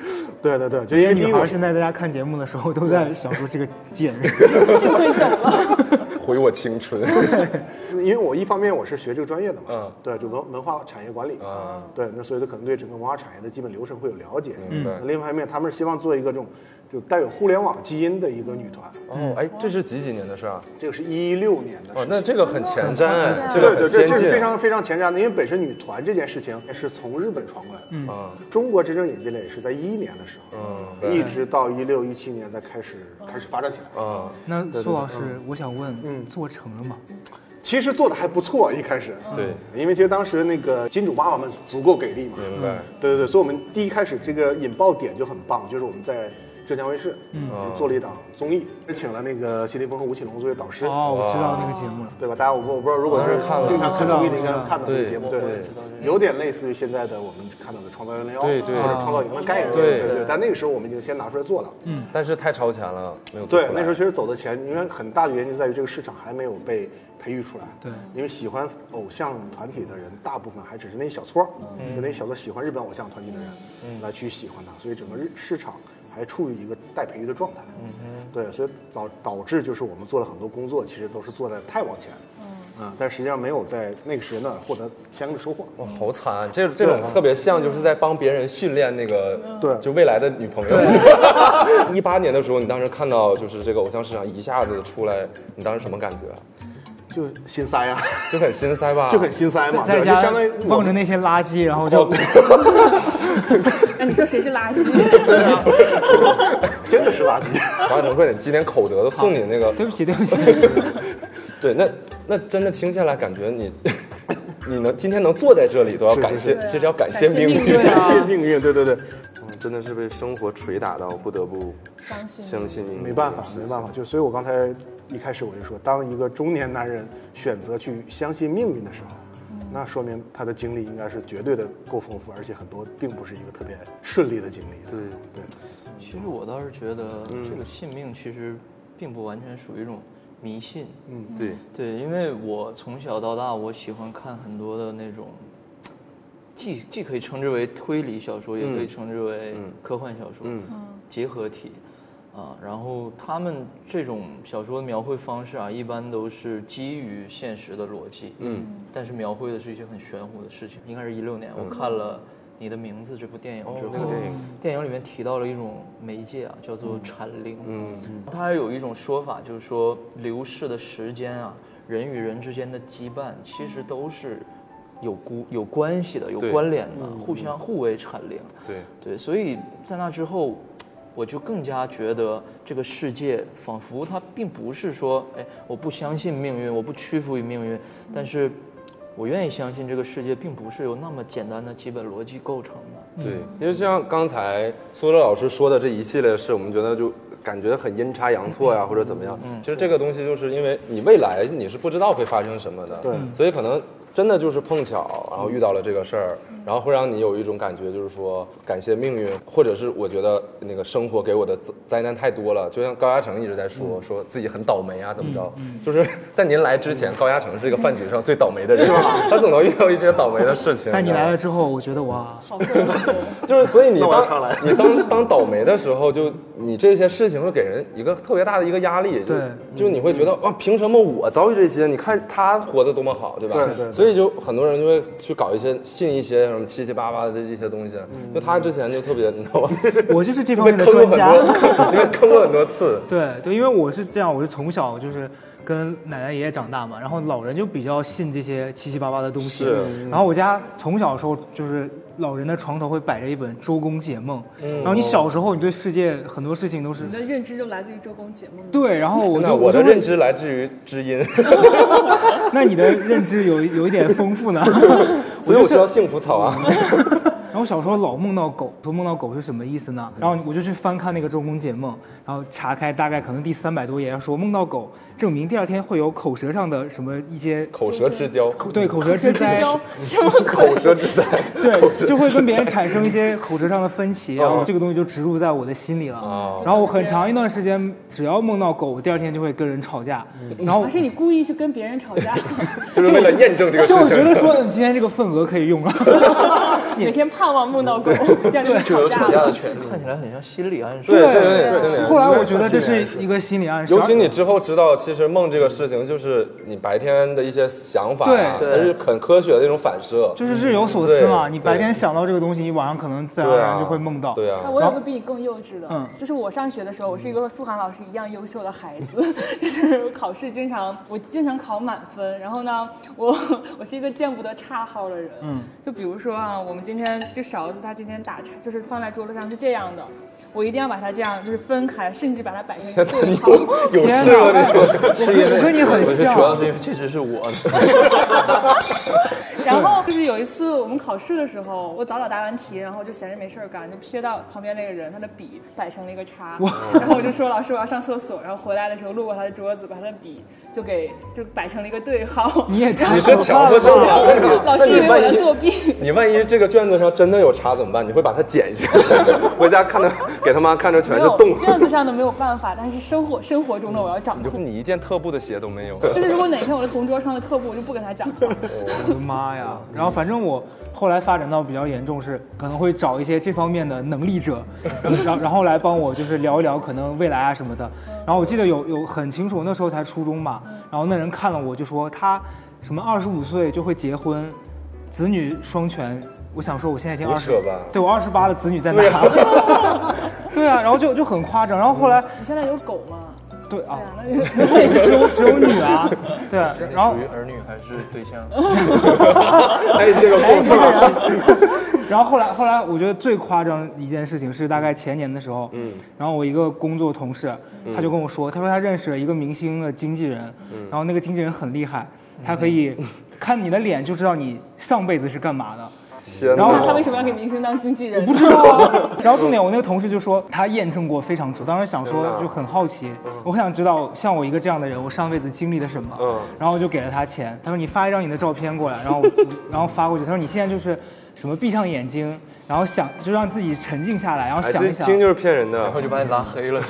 Speaker 7: 对对对，就因为 第
Speaker 4: 女
Speaker 7: 一，我
Speaker 4: 孩
Speaker 7: 是
Speaker 4: 现在在家看节目的时候都在想说这 个贱人。
Speaker 5: 幸亏走了。
Speaker 3: 回我青春。
Speaker 7: 因为我一方面我是学这个专业的嘛，
Speaker 3: 嗯
Speaker 7: 对，就文文化产业管理，
Speaker 3: 啊
Speaker 7: 对，那所以他可能对整个文化产业的基本流程会有了解。
Speaker 3: 明白
Speaker 7: 那另一方面，他们是希望做一个这种就带有互联网基因的一个女团，
Speaker 3: 哦，哎，这是几几年的事啊？
Speaker 7: 这个是一六年的事
Speaker 3: 哦
Speaker 7: 情。，
Speaker 3: 那这个很前瞻哎，这
Speaker 7: 对
Speaker 3: 个
Speaker 7: 对
Speaker 3: 很
Speaker 7: 对，
Speaker 3: 先
Speaker 7: 这是非
Speaker 3: 进。
Speaker 7: 常非常前瞻的，因为本身女团这件事情是从日本传过来的，嗯，
Speaker 3: 啊，
Speaker 7: 中国真正引进来也是在一一年的时候，
Speaker 3: 嗯，
Speaker 7: 一
Speaker 3: 对，
Speaker 7: 直到一六一七年才开始开始发展起来。
Speaker 3: 啊，
Speaker 4: 那苏老师，我想
Speaker 7: 嗯
Speaker 4: 问，做成了吗？
Speaker 7: 其实做的还不错，一开始，
Speaker 3: 对，
Speaker 7: 因为其实当时那个金主爸爸们足够给力嘛，
Speaker 3: 明白。
Speaker 7: 对对对，所以我们第一开始这个引爆点就很棒，就是我们在浙江卫视，嗯，
Speaker 3: 哦
Speaker 7: 做了一档综艺，请了那个谢霆锋和吴奇隆作为导师，
Speaker 4: 哦，我知道那个节目了。
Speaker 7: 对吧？大家我不我不知道，如果是经常看综艺的，应该看到这个节目，
Speaker 3: 对
Speaker 7: 对
Speaker 3: 对，
Speaker 7: 有点类似于现在的我们看到的《创造幺零幺》
Speaker 3: 对对
Speaker 7: 或者《创造营》的概念，
Speaker 3: 对
Speaker 7: 对对。但那个时候我们已经先拿出来做了，嗯，
Speaker 3: 但是太超前了，没有做
Speaker 7: 对
Speaker 3: 出，来
Speaker 7: 那时候其实走的前，因为很大的原因就在于这个市场还没有被培育出来。
Speaker 4: 对
Speaker 7: 因为喜欢偶像团体的人，大部分还只是那一小撮儿，
Speaker 4: 嗯
Speaker 7: 就那一小撮喜欢日本偶像团体的人、来去喜欢他，所以整个日市场还处于一个待培育的状态。嗯对，所以导导致就是我们做了很多工作，其实都是做的太往前。嗯但实际上没有在那个时间段获得相应的收获。
Speaker 4: 嗯
Speaker 3: 哇，好惨！啊这这种特别像就是在帮别人训练那个，
Speaker 7: 对
Speaker 3: 就未来的女朋友。一八年的时候，你当时看到就是这个偶像市场一下子出来，你当时什么感觉啊？
Speaker 7: 就心塞啊，
Speaker 3: 就很心塞吧？
Speaker 7: 就很心塞嘛，
Speaker 4: 在
Speaker 7: 对
Speaker 4: 家
Speaker 7: 吧就相当于我
Speaker 4: 放着
Speaker 7: 们哦
Speaker 4: 那些垃圾，然后就
Speaker 5: 哎，你说谁是垃圾？
Speaker 7: 真的是垃 圾。
Speaker 4: 啊
Speaker 3: 华晨快点积点口德，送你那个。
Speaker 4: 对不起，对不起。
Speaker 3: 对，那那真的听下来，感觉你 你能今天能坐在这里，都要感谢，其实要感谢
Speaker 5: 感
Speaker 3: 命
Speaker 5: 谢命运
Speaker 3: 运。
Speaker 5: 对啊
Speaker 7: 感谢命运，对对对，
Speaker 3: 嗯真的是被生活捶打到，不得不
Speaker 5: 相信
Speaker 3: 相信命运。
Speaker 7: 没办法，没办法，就所以，我刚才一开始我就说，当一个中年男人选择去相信命运的时候，那说明他的经历应该是绝对的够丰富，而且很多并不是一个特别顺利的经历。对对，
Speaker 6: 其实我倒是觉得这个信命其实并不完全属于一种迷信。嗯，
Speaker 3: 对，
Speaker 6: 对，因为我从小到大，我喜欢看很多的那种既既可以称之为推理小说，也可以称之为科幻小说，结合体。啊，然后他们这种小说的描绘方式啊，一般都是基于现实的逻辑，嗯，但是描绘的是一些很玄乎的事情。应该是一六年，我看了《你的名字》这部电影之后，哦电影里面提到了一种媒介啊，叫做禅灵，嗯，它还有一种说法，就是说流逝的时间啊，人与人之间的羁绊，其实都是。有孤有关系的，有
Speaker 3: 对嗯
Speaker 6: 关联的，互相互为缠灵。
Speaker 3: 对
Speaker 6: 对，所以在那之后，我就更加觉得这个世界仿佛它并不是说，哎，我不相信命运，我不屈服于命运，但是我愿意相信这个世界并不是由那么简单的基本逻辑构成的。
Speaker 4: 嗯
Speaker 3: 对，因为就像刚才苏乐老师说的这一系列事，我们觉得就感觉很阴差阳错呀、或者怎么样。
Speaker 4: 嗯
Speaker 3: 其实这个东西就是因为你未来你是不知道会发生什么的，
Speaker 7: 对
Speaker 3: 所以可能真的就是碰巧，然后遇到了这个事儿，
Speaker 4: 嗯
Speaker 3: 然后会让你有一种感觉，就是说感谢命运，或者是我觉得那个生活给我的灾灾难太多了。就像高嘉诚一直在说，
Speaker 4: 嗯
Speaker 3: 说自己很倒霉啊，怎么着？就是在您来之前，
Speaker 4: 嗯
Speaker 3: 高嘉诚是这个饭局上最倒霉的人，他总能遇到一些倒霉的事情。
Speaker 4: 但你
Speaker 3: 知道吗
Speaker 4: 来了之后，我觉得哇，
Speaker 5: 好困惑。
Speaker 3: 就是所以你
Speaker 7: 那我要
Speaker 3: 当
Speaker 7: 上来
Speaker 3: 你当当倒霉的时候，就你这些事情会给人一个特别大的一个压力，就
Speaker 4: 对
Speaker 3: 就你会觉得啊，凭什么我遭遇这些？你看他活得多么好，对吧？
Speaker 7: 对对对
Speaker 3: 所以就很多人就会去搞一些信一些什么七七八八的这这些东西。啊就他之前就特别，你知道吗？
Speaker 4: 我就是这方
Speaker 3: 被
Speaker 4: 面嗯的
Speaker 3: 坑过
Speaker 4: 专
Speaker 3: 很
Speaker 4: 家。
Speaker 3: 多，因为坑过很多次。
Speaker 4: 对对，因为我是这样，我是从小就是跟奶奶爷爷长大嘛，然后老人就比较信这些七七八八的东西。
Speaker 3: 是
Speaker 4: 然后我家从小的时候就是老人的床头会摆着一本《周公解梦》，
Speaker 3: 嗯
Speaker 4: 然后你小时候你对世界很多事情都是
Speaker 5: 你的认知就来自于周公解梦。
Speaker 4: 对，然后我
Speaker 3: 那
Speaker 4: 就
Speaker 3: 我的
Speaker 4: 就会
Speaker 3: 认知来自于知音，
Speaker 4: 那你的认知有有一点丰富呢。
Speaker 3: 所以
Speaker 4: 就
Speaker 3: 我需
Speaker 4: 是
Speaker 3: 要幸福草 啊。
Speaker 4: 然后小时候老梦到狗，说梦到狗是什么意思
Speaker 3: 嗯
Speaker 4: 呢？然后我就去翻看那个《周公解梦》，然后查开大概可能第三百多页，说梦到狗证明第二天会有口舌上的什么一些
Speaker 3: 口舌之交，
Speaker 4: 口对口舌之灾，
Speaker 3: 口舌之灾。
Speaker 4: 对，就会跟别人产生一些口舌上的分歧，然后这个东西就植入在我的心里
Speaker 3: 哦
Speaker 4: 了。然后我很长一段时间，只要梦到狗，我第二天就会跟人吵架，
Speaker 3: 嗯
Speaker 4: 然后
Speaker 5: 还是你故意去跟别人吵架，
Speaker 3: 就是为了验证这个事
Speaker 4: 就我
Speaker 3: 情，
Speaker 4: 觉得说嗯今天这个份额可以用了。
Speaker 5: 每天盼望梦到狗，这样就
Speaker 6: 就有
Speaker 5: 吵架
Speaker 6: 吵架的
Speaker 5: 了。
Speaker 6: 权利，看起来很像心理暗 示。
Speaker 3: 对，这有点心理暗示。
Speaker 4: 后来我觉得这是一个心理暗示，
Speaker 3: 尤其你之后知道，其实梦这个事情就是你白天的一些想法、啊，
Speaker 4: 对
Speaker 3: 它是很科学的一种反射。
Speaker 4: 就是日有所思嘛。
Speaker 3: 对
Speaker 4: 你白天想到这个东西，你晚上可能自然
Speaker 3: 对
Speaker 4: 而
Speaker 3: 啊，
Speaker 4: 然就会梦到。
Speaker 3: 对
Speaker 5: 那
Speaker 3: 啊，
Speaker 5: 我有个比你更幼稚的，
Speaker 4: 嗯
Speaker 5: 就是我上学的时候，我是一个和苏涵老师一样优秀的孩子， 就是考试经常我经常考满分，然后呢，我 我是一个见不得差号的人，嗯，就比如说啊，我们今天这勺子它今天打叉，就是放在桌子上是这样的。我一定要把它这样，就是分开，甚至把它摆成一个对号。
Speaker 3: 有
Speaker 4: 天
Speaker 3: 事
Speaker 4: 哪
Speaker 3: 了你，是因
Speaker 4: 我
Speaker 3: 为
Speaker 4: 跟你很
Speaker 6: 我是主
Speaker 4: 像，
Speaker 6: 要是因为这只是我的，
Speaker 5: 然后就是有一次我们考试的时候，我早早答完题，然后就闲着没事儿干，就瞥到旁边那个人他的笔摆成了一个叉，然后我就说老师我要上厕所，然后回来的时候路过他的桌子，把他的笔就给就摆成了一个对号。
Speaker 4: 你也太
Speaker 3: 你是
Speaker 4: 可
Speaker 3: 强
Speaker 4: 怕
Speaker 3: 迫症
Speaker 4: 了。
Speaker 3: 啊！那你
Speaker 5: 老师
Speaker 3: 那
Speaker 5: 以
Speaker 3: 你
Speaker 5: 为我
Speaker 3: 万
Speaker 5: 在
Speaker 3: 一
Speaker 5: 作弊，
Speaker 3: 你万一这个卷子上真的有查怎么办？你会把它剪下来，回家看着给他妈看着全
Speaker 5: 没
Speaker 3: 是
Speaker 5: 有
Speaker 3: 洞。
Speaker 5: 卷子上的没有办法，但是生活生活中的我要掌
Speaker 3: 就是
Speaker 5: 控。
Speaker 3: 你一件特步的鞋都没有，
Speaker 5: 就是如果哪天我的同桌穿了特步，我就不跟他讲 话。
Speaker 4: 我的妈呀！然后反正我后来发展到比较严重是，可能会找一些这方面的能力 者，然后然后来帮我就是聊一聊可能未来啊什么的。然后我记得有有很清楚，那时候才初中
Speaker 5: 嗯
Speaker 4: 嘛，然后那人看了我就说他什么二十五岁就会结婚，子女双全。我想说我现在已经
Speaker 3: 胡
Speaker 4: 二十
Speaker 3: 扯吧，
Speaker 4: 对我二十八的子女在哪？ 对啊，然后就就很夸张。然后后来
Speaker 5: 你现在有狗吗？
Speaker 4: 对啊
Speaker 5: 对，啊，那就
Speaker 4: 那也是只有只有女啊，对啊。然后
Speaker 6: 属于儿女还是对 象？
Speaker 3: 哎，这个过分了。
Speaker 4: 然后后来后来，我觉得最夸张的一件事情是大概前年的时候，嗯，然后我一个工作同事，他就跟我说，他说他认识了一个明星的经纪人，然后那个经纪人很厉害，他可以看你的脸就知道你上辈子是干嘛的。
Speaker 3: 天
Speaker 4: 然后
Speaker 5: 他
Speaker 3: 哪！
Speaker 5: 为什么要给明星当经纪人
Speaker 4: 不？知道啊。 然后重点，我那个同事就说他验证过非常准，当时想
Speaker 3: 真的啊
Speaker 4: 说就很好奇，我想知道像我一个这样的人，我上辈子经历了什么。
Speaker 3: 嗯
Speaker 4: 然后我就给了他钱，他说你发一张你的照片过来，然后我 然后发过去，他说你现在就是什么闭上眼睛，然后想就让自己沉静下来，然后
Speaker 3: 哎，
Speaker 4: 想
Speaker 3: 这
Speaker 4: 一想，
Speaker 3: 听就是骗人的
Speaker 6: 然后，就把你拉黑 了。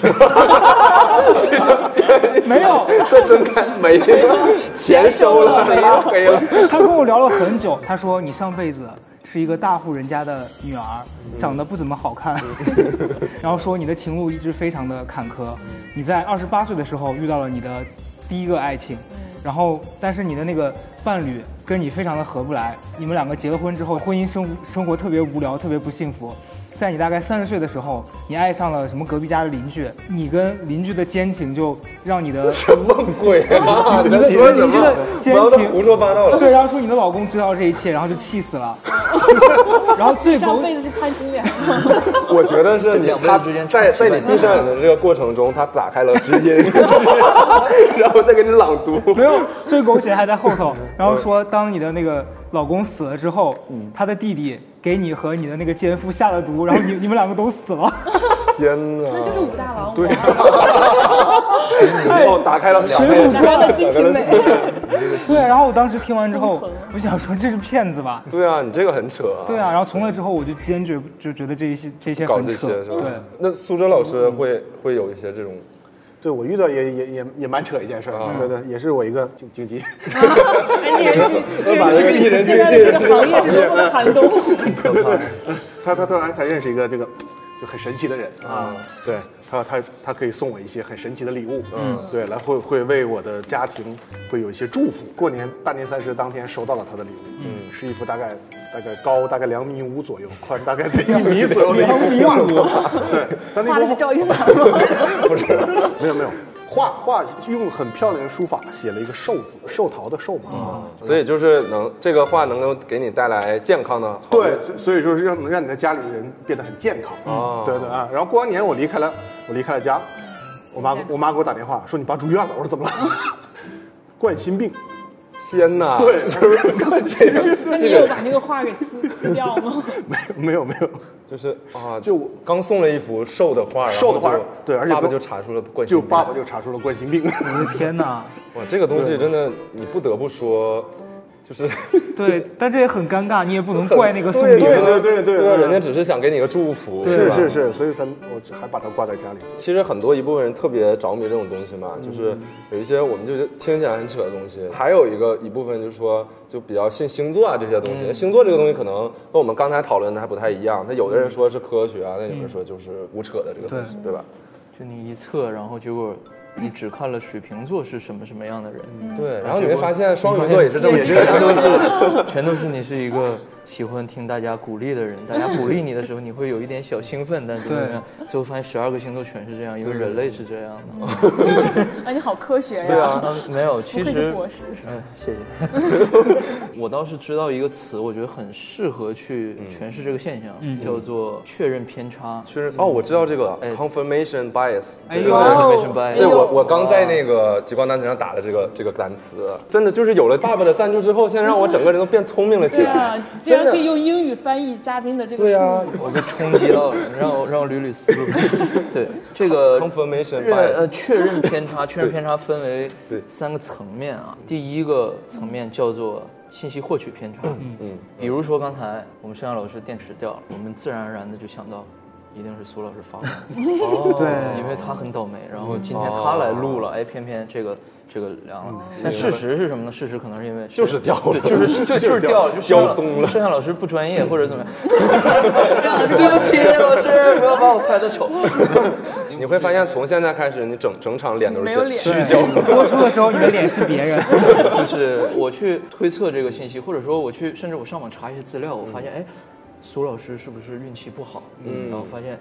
Speaker 4: 没有。
Speaker 3: 这真看没钱收了，拉黑了。
Speaker 4: 他跟我聊了很久，他说你上辈子是一个大户人家的女儿，长得不怎么好看， 然后说你的情路一直非常的坎坷，你在二十八岁的时候遇到了你的第一个爱情，然后但是你的那个伴侣跟你非常的合不来，你们两个结了婚之后，婚姻生生活特别无聊，特别不幸福。在你大概三十岁的时候，你爱上了什么隔壁家的邻居，你跟邻居的奸情就让你的
Speaker 3: 什么鬼啊！
Speaker 4: 你
Speaker 3: 咱
Speaker 4: 的
Speaker 3: 说什
Speaker 4: 你这
Speaker 3: 么
Speaker 4: 个？
Speaker 3: 不
Speaker 4: 奸
Speaker 3: 要再
Speaker 4: 情
Speaker 3: 胡说八道了。
Speaker 4: 对，然后说你的老公知道这一切，然后就气死了。然后最
Speaker 5: 上
Speaker 4: 狗
Speaker 5: 辈子是潘金莲，
Speaker 3: 我觉得是你
Speaker 6: 两辈
Speaker 3: 他
Speaker 6: 子之间
Speaker 3: 在在
Speaker 6: 冲突
Speaker 3: 你闭上眼的这个过程中，他打开了 知音，然后再给你朗读。
Speaker 4: 没有最狗血还在后头。然后说，当你的那个老公死了之后，他的弟弟给你和你的那个奸夫下了毒，然后你你们两个都死了。
Speaker 3: 天哪！
Speaker 5: 那就是武大郎，
Speaker 3: 对
Speaker 4: 啊
Speaker 5: 武大郎
Speaker 3: 哦，打开了两
Speaker 4: 水
Speaker 3: 倍
Speaker 4: 浒传
Speaker 5: 的金瓶梅，
Speaker 4: 对，然后我当时听完之
Speaker 5: 封
Speaker 4: 后
Speaker 5: 存了，
Speaker 4: 我想说这是骗子吧？
Speaker 3: 对啊，你这个很扯啊。
Speaker 4: 对啊，然后从那之后我就坚决就觉得这一些这些
Speaker 3: 搞
Speaker 4: 很
Speaker 3: 这
Speaker 4: 扯
Speaker 3: 些是吧？
Speaker 4: 对。。
Speaker 3: 那苏哲老师会会有一些这种，
Speaker 7: 对我遇到也也也也蛮扯一件事儿，
Speaker 3: 啊
Speaker 7: 对对，也是我一个经经纪，
Speaker 5: 哎艺人经艺
Speaker 3: 把这个
Speaker 5: 人
Speaker 3: 艺人
Speaker 5: 经
Speaker 3: 经纪
Speaker 5: 现在的这个行业是多么的寒冬。
Speaker 7: 他他突然才认识一个这个就很神奇的人啊，对他他他可以送我一些很神奇的礼物，嗯，对，来会会为我的家庭会有一些祝福。过年大年三十当天收到了他的礼物，嗯，是一幅大概大概高大概两米五左右，宽大概在一米左右的一幅画作，对，但
Speaker 5: 画的
Speaker 7: 那幅
Speaker 5: 是
Speaker 7: 画
Speaker 5: 赵一楠吗？
Speaker 7: 不是，没有没有。画画用很漂亮的书法写了一个寿字，寿桃的寿嘛，啊
Speaker 4: 嗯
Speaker 3: 所以就是能这个话能够给你带来健康的好
Speaker 7: 对，所所以说是让能让你的家里人变得很健康。
Speaker 3: 哦
Speaker 7: 对对啊。然后过完年我离开了，我离开了家，我妈我妈给我打电话说你爸住院了，我说怎么了？ 冠心病。
Speaker 3: 天哪！
Speaker 7: 对，
Speaker 3: 这个
Speaker 5: 那你有把那个画给撕撕掉吗？
Speaker 7: 没没有没有，
Speaker 3: 就是啊，
Speaker 7: 就我
Speaker 3: 刚送了一幅瘦的画，然后
Speaker 7: 瘦的画
Speaker 3: 就
Speaker 7: 对而且
Speaker 3: 爸爸
Speaker 7: 不
Speaker 3: 就查出了冠心
Speaker 7: 就
Speaker 3: 病
Speaker 7: 爸爸就查出了冠心病。
Speaker 4: 我的天哪！
Speaker 3: 哇，这个东西真的你不得不说，就是
Speaker 4: 对，但这也很尴尬，你也不能怪那个送礼
Speaker 3: 对
Speaker 4: 的
Speaker 7: 对对对 对
Speaker 3: 对啊，人家只是想给你个祝福，
Speaker 7: 是
Speaker 3: 吧
Speaker 7: 是是，所以咱们我还把它挂在家里。
Speaker 3: 其实很多一部分人特别着迷这种东西
Speaker 6: 嗯
Speaker 3: 嘛，就是有一些我们就觉得听起来很扯的东西，还有一个一部分就是说就比较信星座啊这些东
Speaker 6: 嗯
Speaker 3: 西。星座这个东西可能和我们刚才讨论的还不太一样，他有的
Speaker 6: 嗯
Speaker 3: 人说是科学啊，那有人说就是胡扯的这个东西，对吧？
Speaker 6: 就你一测，然后结果你只看了水瓶座是什么什么样的人，
Speaker 3: 对，然
Speaker 6: 然
Speaker 3: 后
Speaker 6: 后
Speaker 3: 你
Speaker 6: 你
Speaker 3: 会
Speaker 6: 会
Speaker 3: 发
Speaker 6: 发
Speaker 3: 现
Speaker 6: 现
Speaker 3: 双
Speaker 6: 双
Speaker 3: 鱼
Speaker 6: 鱼
Speaker 3: 座
Speaker 6: 座
Speaker 3: 也
Speaker 6: 嗯也
Speaker 3: 是
Speaker 6: 是
Speaker 3: 这么
Speaker 6: 全都是全都是你是一个喜欢听大家鼓励的 人，大家鼓励你的时候，你会有一点小兴奋，但是怎么样，最后发现十二个星座全是这样，因为人类是这样的。
Speaker 5: 啊，你好科学
Speaker 3: 对
Speaker 5: 呀！
Speaker 3: 啊，
Speaker 6: 嗯，没有，
Speaker 5: 不
Speaker 6: 其
Speaker 5: 愧
Speaker 6: 实
Speaker 5: 是博士，
Speaker 6: 哎，谢 谢。我倒是知道一个词，我觉得很适合去诠释这个现象，叫做确认偏差。
Speaker 3: 确实哦，我知道这个
Speaker 6: 哎
Speaker 3: confirmation bias，
Speaker 4: 哎
Speaker 3: 对对对
Speaker 4: 呦
Speaker 5: 哦
Speaker 6: confirmation bias
Speaker 3: 对
Speaker 5: 哎呦
Speaker 3: 我，我刚在那个极光单词上打了这个这个单词，啊真的就是有了爸爸的赞助之后，现在让我整个人都变聪明了起
Speaker 5: 对
Speaker 3: 来
Speaker 5: 啊。，竟
Speaker 3: 真
Speaker 5: 然
Speaker 3: 的
Speaker 5: 可以用英语翻译嘉宾的这个
Speaker 3: 对啊
Speaker 5: 术语，
Speaker 6: 我被冲击到了，让我让我捋捋思路。 对这个
Speaker 3: confirmation
Speaker 6: 认呃
Speaker 3: bias，
Speaker 6: 确认偏差，确认偏差分为
Speaker 3: 对
Speaker 6: 三个层面啊。第一个层面叫做信息获取偏差，嗯，比如说刚才我们摄像老师电池掉了，我们自然而然的就想到。一定是苏老师发的，
Speaker 4: 对
Speaker 6: 因为他很倒霉。然后今天他来录了，哎，偏偏这个这个凉了。但事实是什么呢？事实可能是因为
Speaker 3: 就是掉了
Speaker 6: 对，就是对，就是掉了，就
Speaker 3: 掉
Speaker 6: 掉
Speaker 3: 松了
Speaker 6: 摄像老师不专业或者怎么样， 对不起，老师，不要把我拍的丑。
Speaker 3: 你会发现从现在开始，你整整场脸都是
Speaker 5: 没有
Speaker 3: 这
Speaker 5: 脸
Speaker 3: 虚
Speaker 4: 对播出的时候你的脸是别人。
Speaker 6: 就是我去推测这个信息，或者说我去，甚至我上网查一些资料，我发
Speaker 3: 嗯
Speaker 6: 现，哎，苏老师是不是运气不好？嗯，然后发现。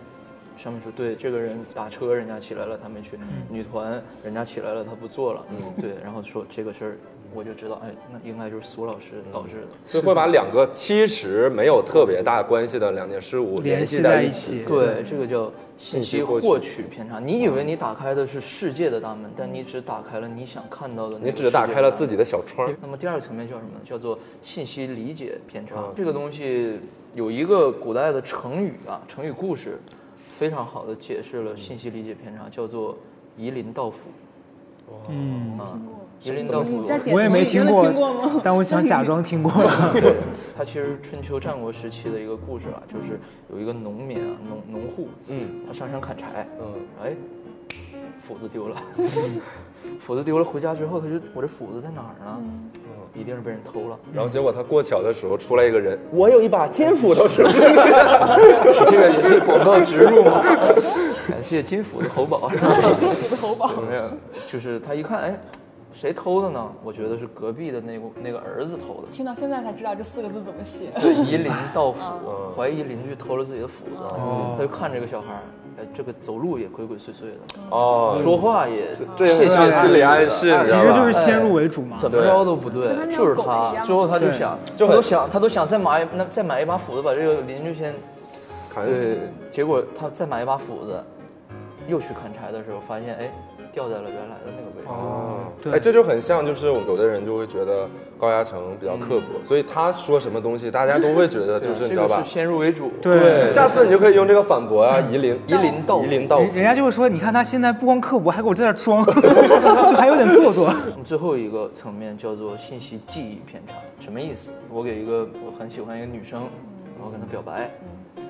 Speaker 6: 上面说对，这个人打车人家起来了，他没去；女团人家起来了，他不做了。
Speaker 3: 嗯
Speaker 6: 对，然后说这个事儿，我就知道，哎，那应该就是苏老师导致
Speaker 3: 就
Speaker 6: 的。
Speaker 3: 会把两个其实没有特别大关系的两件事物
Speaker 4: 联
Speaker 3: 系
Speaker 4: 系
Speaker 3: 在
Speaker 4: 在
Speaker 3: 一
Speaker 4: 一起
Speaker 6: 对，这个叫信
Speaker 3: 息
Speaker 6: 息
Speaker 3: 获取
Speaker 6: 获取偏差。你以
Speaker 3: 嗯
Speaker 6: 为你打开的是世界的大门，但你只打开了你想看到的那
Speaker 3: 你
Speaker 6: 个
Speaker 3: 只打开了自
Speaker 6: 己。
Speaker 3: 己的小窗。
Speaker 6: 那么第二个层面叫什么呢？叫做信息理解偏差。
Speaker 3: 嗯
Speaker 6: 这个东西有一个古代的成语啊，成语故事，非常好的解释了信息理解偏差，叫做夷陵道府
Speaker 4: 嗯，
Speaker 6: 啊。夷陵道府
Speaker 5: 你，在点
Speaker 4: 我也没
Speaker 5: 评
Speaker 4: 听
Speaker 5: 里
Speaker 4: 过，
Speaker 5: 原来听过 吗？
Speaker 4: 但我想假装听过。
Speaker 6: 对，它其实春秋战国时期的一个故事啊，就是有一个农民啊，农农户，
Speaker 3: 嗯
Speaker 6: 他上山砍柴，
Speaker 3: 嗯，
Speaker 6: 哎，斧子丢了，斧子丢了，回家之后他就我这斧子在哪儿呢？
Speaker 5: 嗯
Speaker 3: 嗯
Speaker 6: 一定是被人偷了。
Speaker 3: 然后结果他过桥的时候出来一个人，我有一把金斧头，是不是？
Speaker 6: 这个也是广告植入吗？ 感谢金斧的猴宝，
Speaker 5: 金斧子猴宝，
Speaker 6: 没有，就是他一看，哎，谁偷的呢？我觉得是隔壁的那个那个儿子偷的。
Speaker 5: 听到现在才知道这四个字怎么写。
Speaker 6: 对，夷陵盗斧，
Speaker 5: 嗯
Speaker 6: 呃怀疑邻居偷了自己的斧子，
Speaker 3: 哦
Speaker 6: 他就看这个小孩儿，哎，这个走路也鬼鬼祟祟的，
Speaker 3: 哦，
Speaker 5: 嗯
Speaker 6: 说话也
Speaker 3: 这也是心理暗示，你知
Speaker 4: 其
Speaker 3: 道
Speaker 4: 实就
Speaker 3: 吧哎
Speaker 4: 是？先入为主嘛。
Speaker 6: 哎怎么着都不对
Speaker 5: 跟他，那
Speaker 6: 就是
Speaker 5: 种狗是一样
Speaker 6: 他。
Speaker 5: 的
Speaker 6: 最后他就想，
Speaker 3: 就
Speaker 6: 他
Speaker 3: 很
Speaker 6: 都想，他都想再买那再买一把斧子，把这个邻居先
Speaker 3: 砍死
Speaker 6: 对。结果他再买一把斧子，又去砍柴的时候发现，哎，掉在了原来的那个位置。
Speaker 3: 哦，
Speaker 4: 对
Speaker 3: 哎，这就很像，就是我有的人就会觉得高嘉诚比较刻薄，所以他说什么东西，大家都会觉得
Speaker 6: 对
Speaker 3: 就
Speaker 6: 啊
Speaker 3: 是你
Speaker 6: 这
Speaker 3: 知道
Speaker 6: 个
Speaker 3: 吧
Speaker 6: 是？先入为主。
Speaker 4: 对
Speaker 3: 下次你就可以用这个反驳啊，夷陵夷
Speaker 6: 陵盗
Speaker 3: 夷陵盗
Speaker 4: 人人家就会说，你看他现在不光刻薄，还给我在这儿装， 就还有点 做作。
Speaker 6: 我们最后一个层面叫做信息记忆偏差，什么意思？我给一个我很喜欢一个女生，我跟她表白，
Speaker 3: 嗯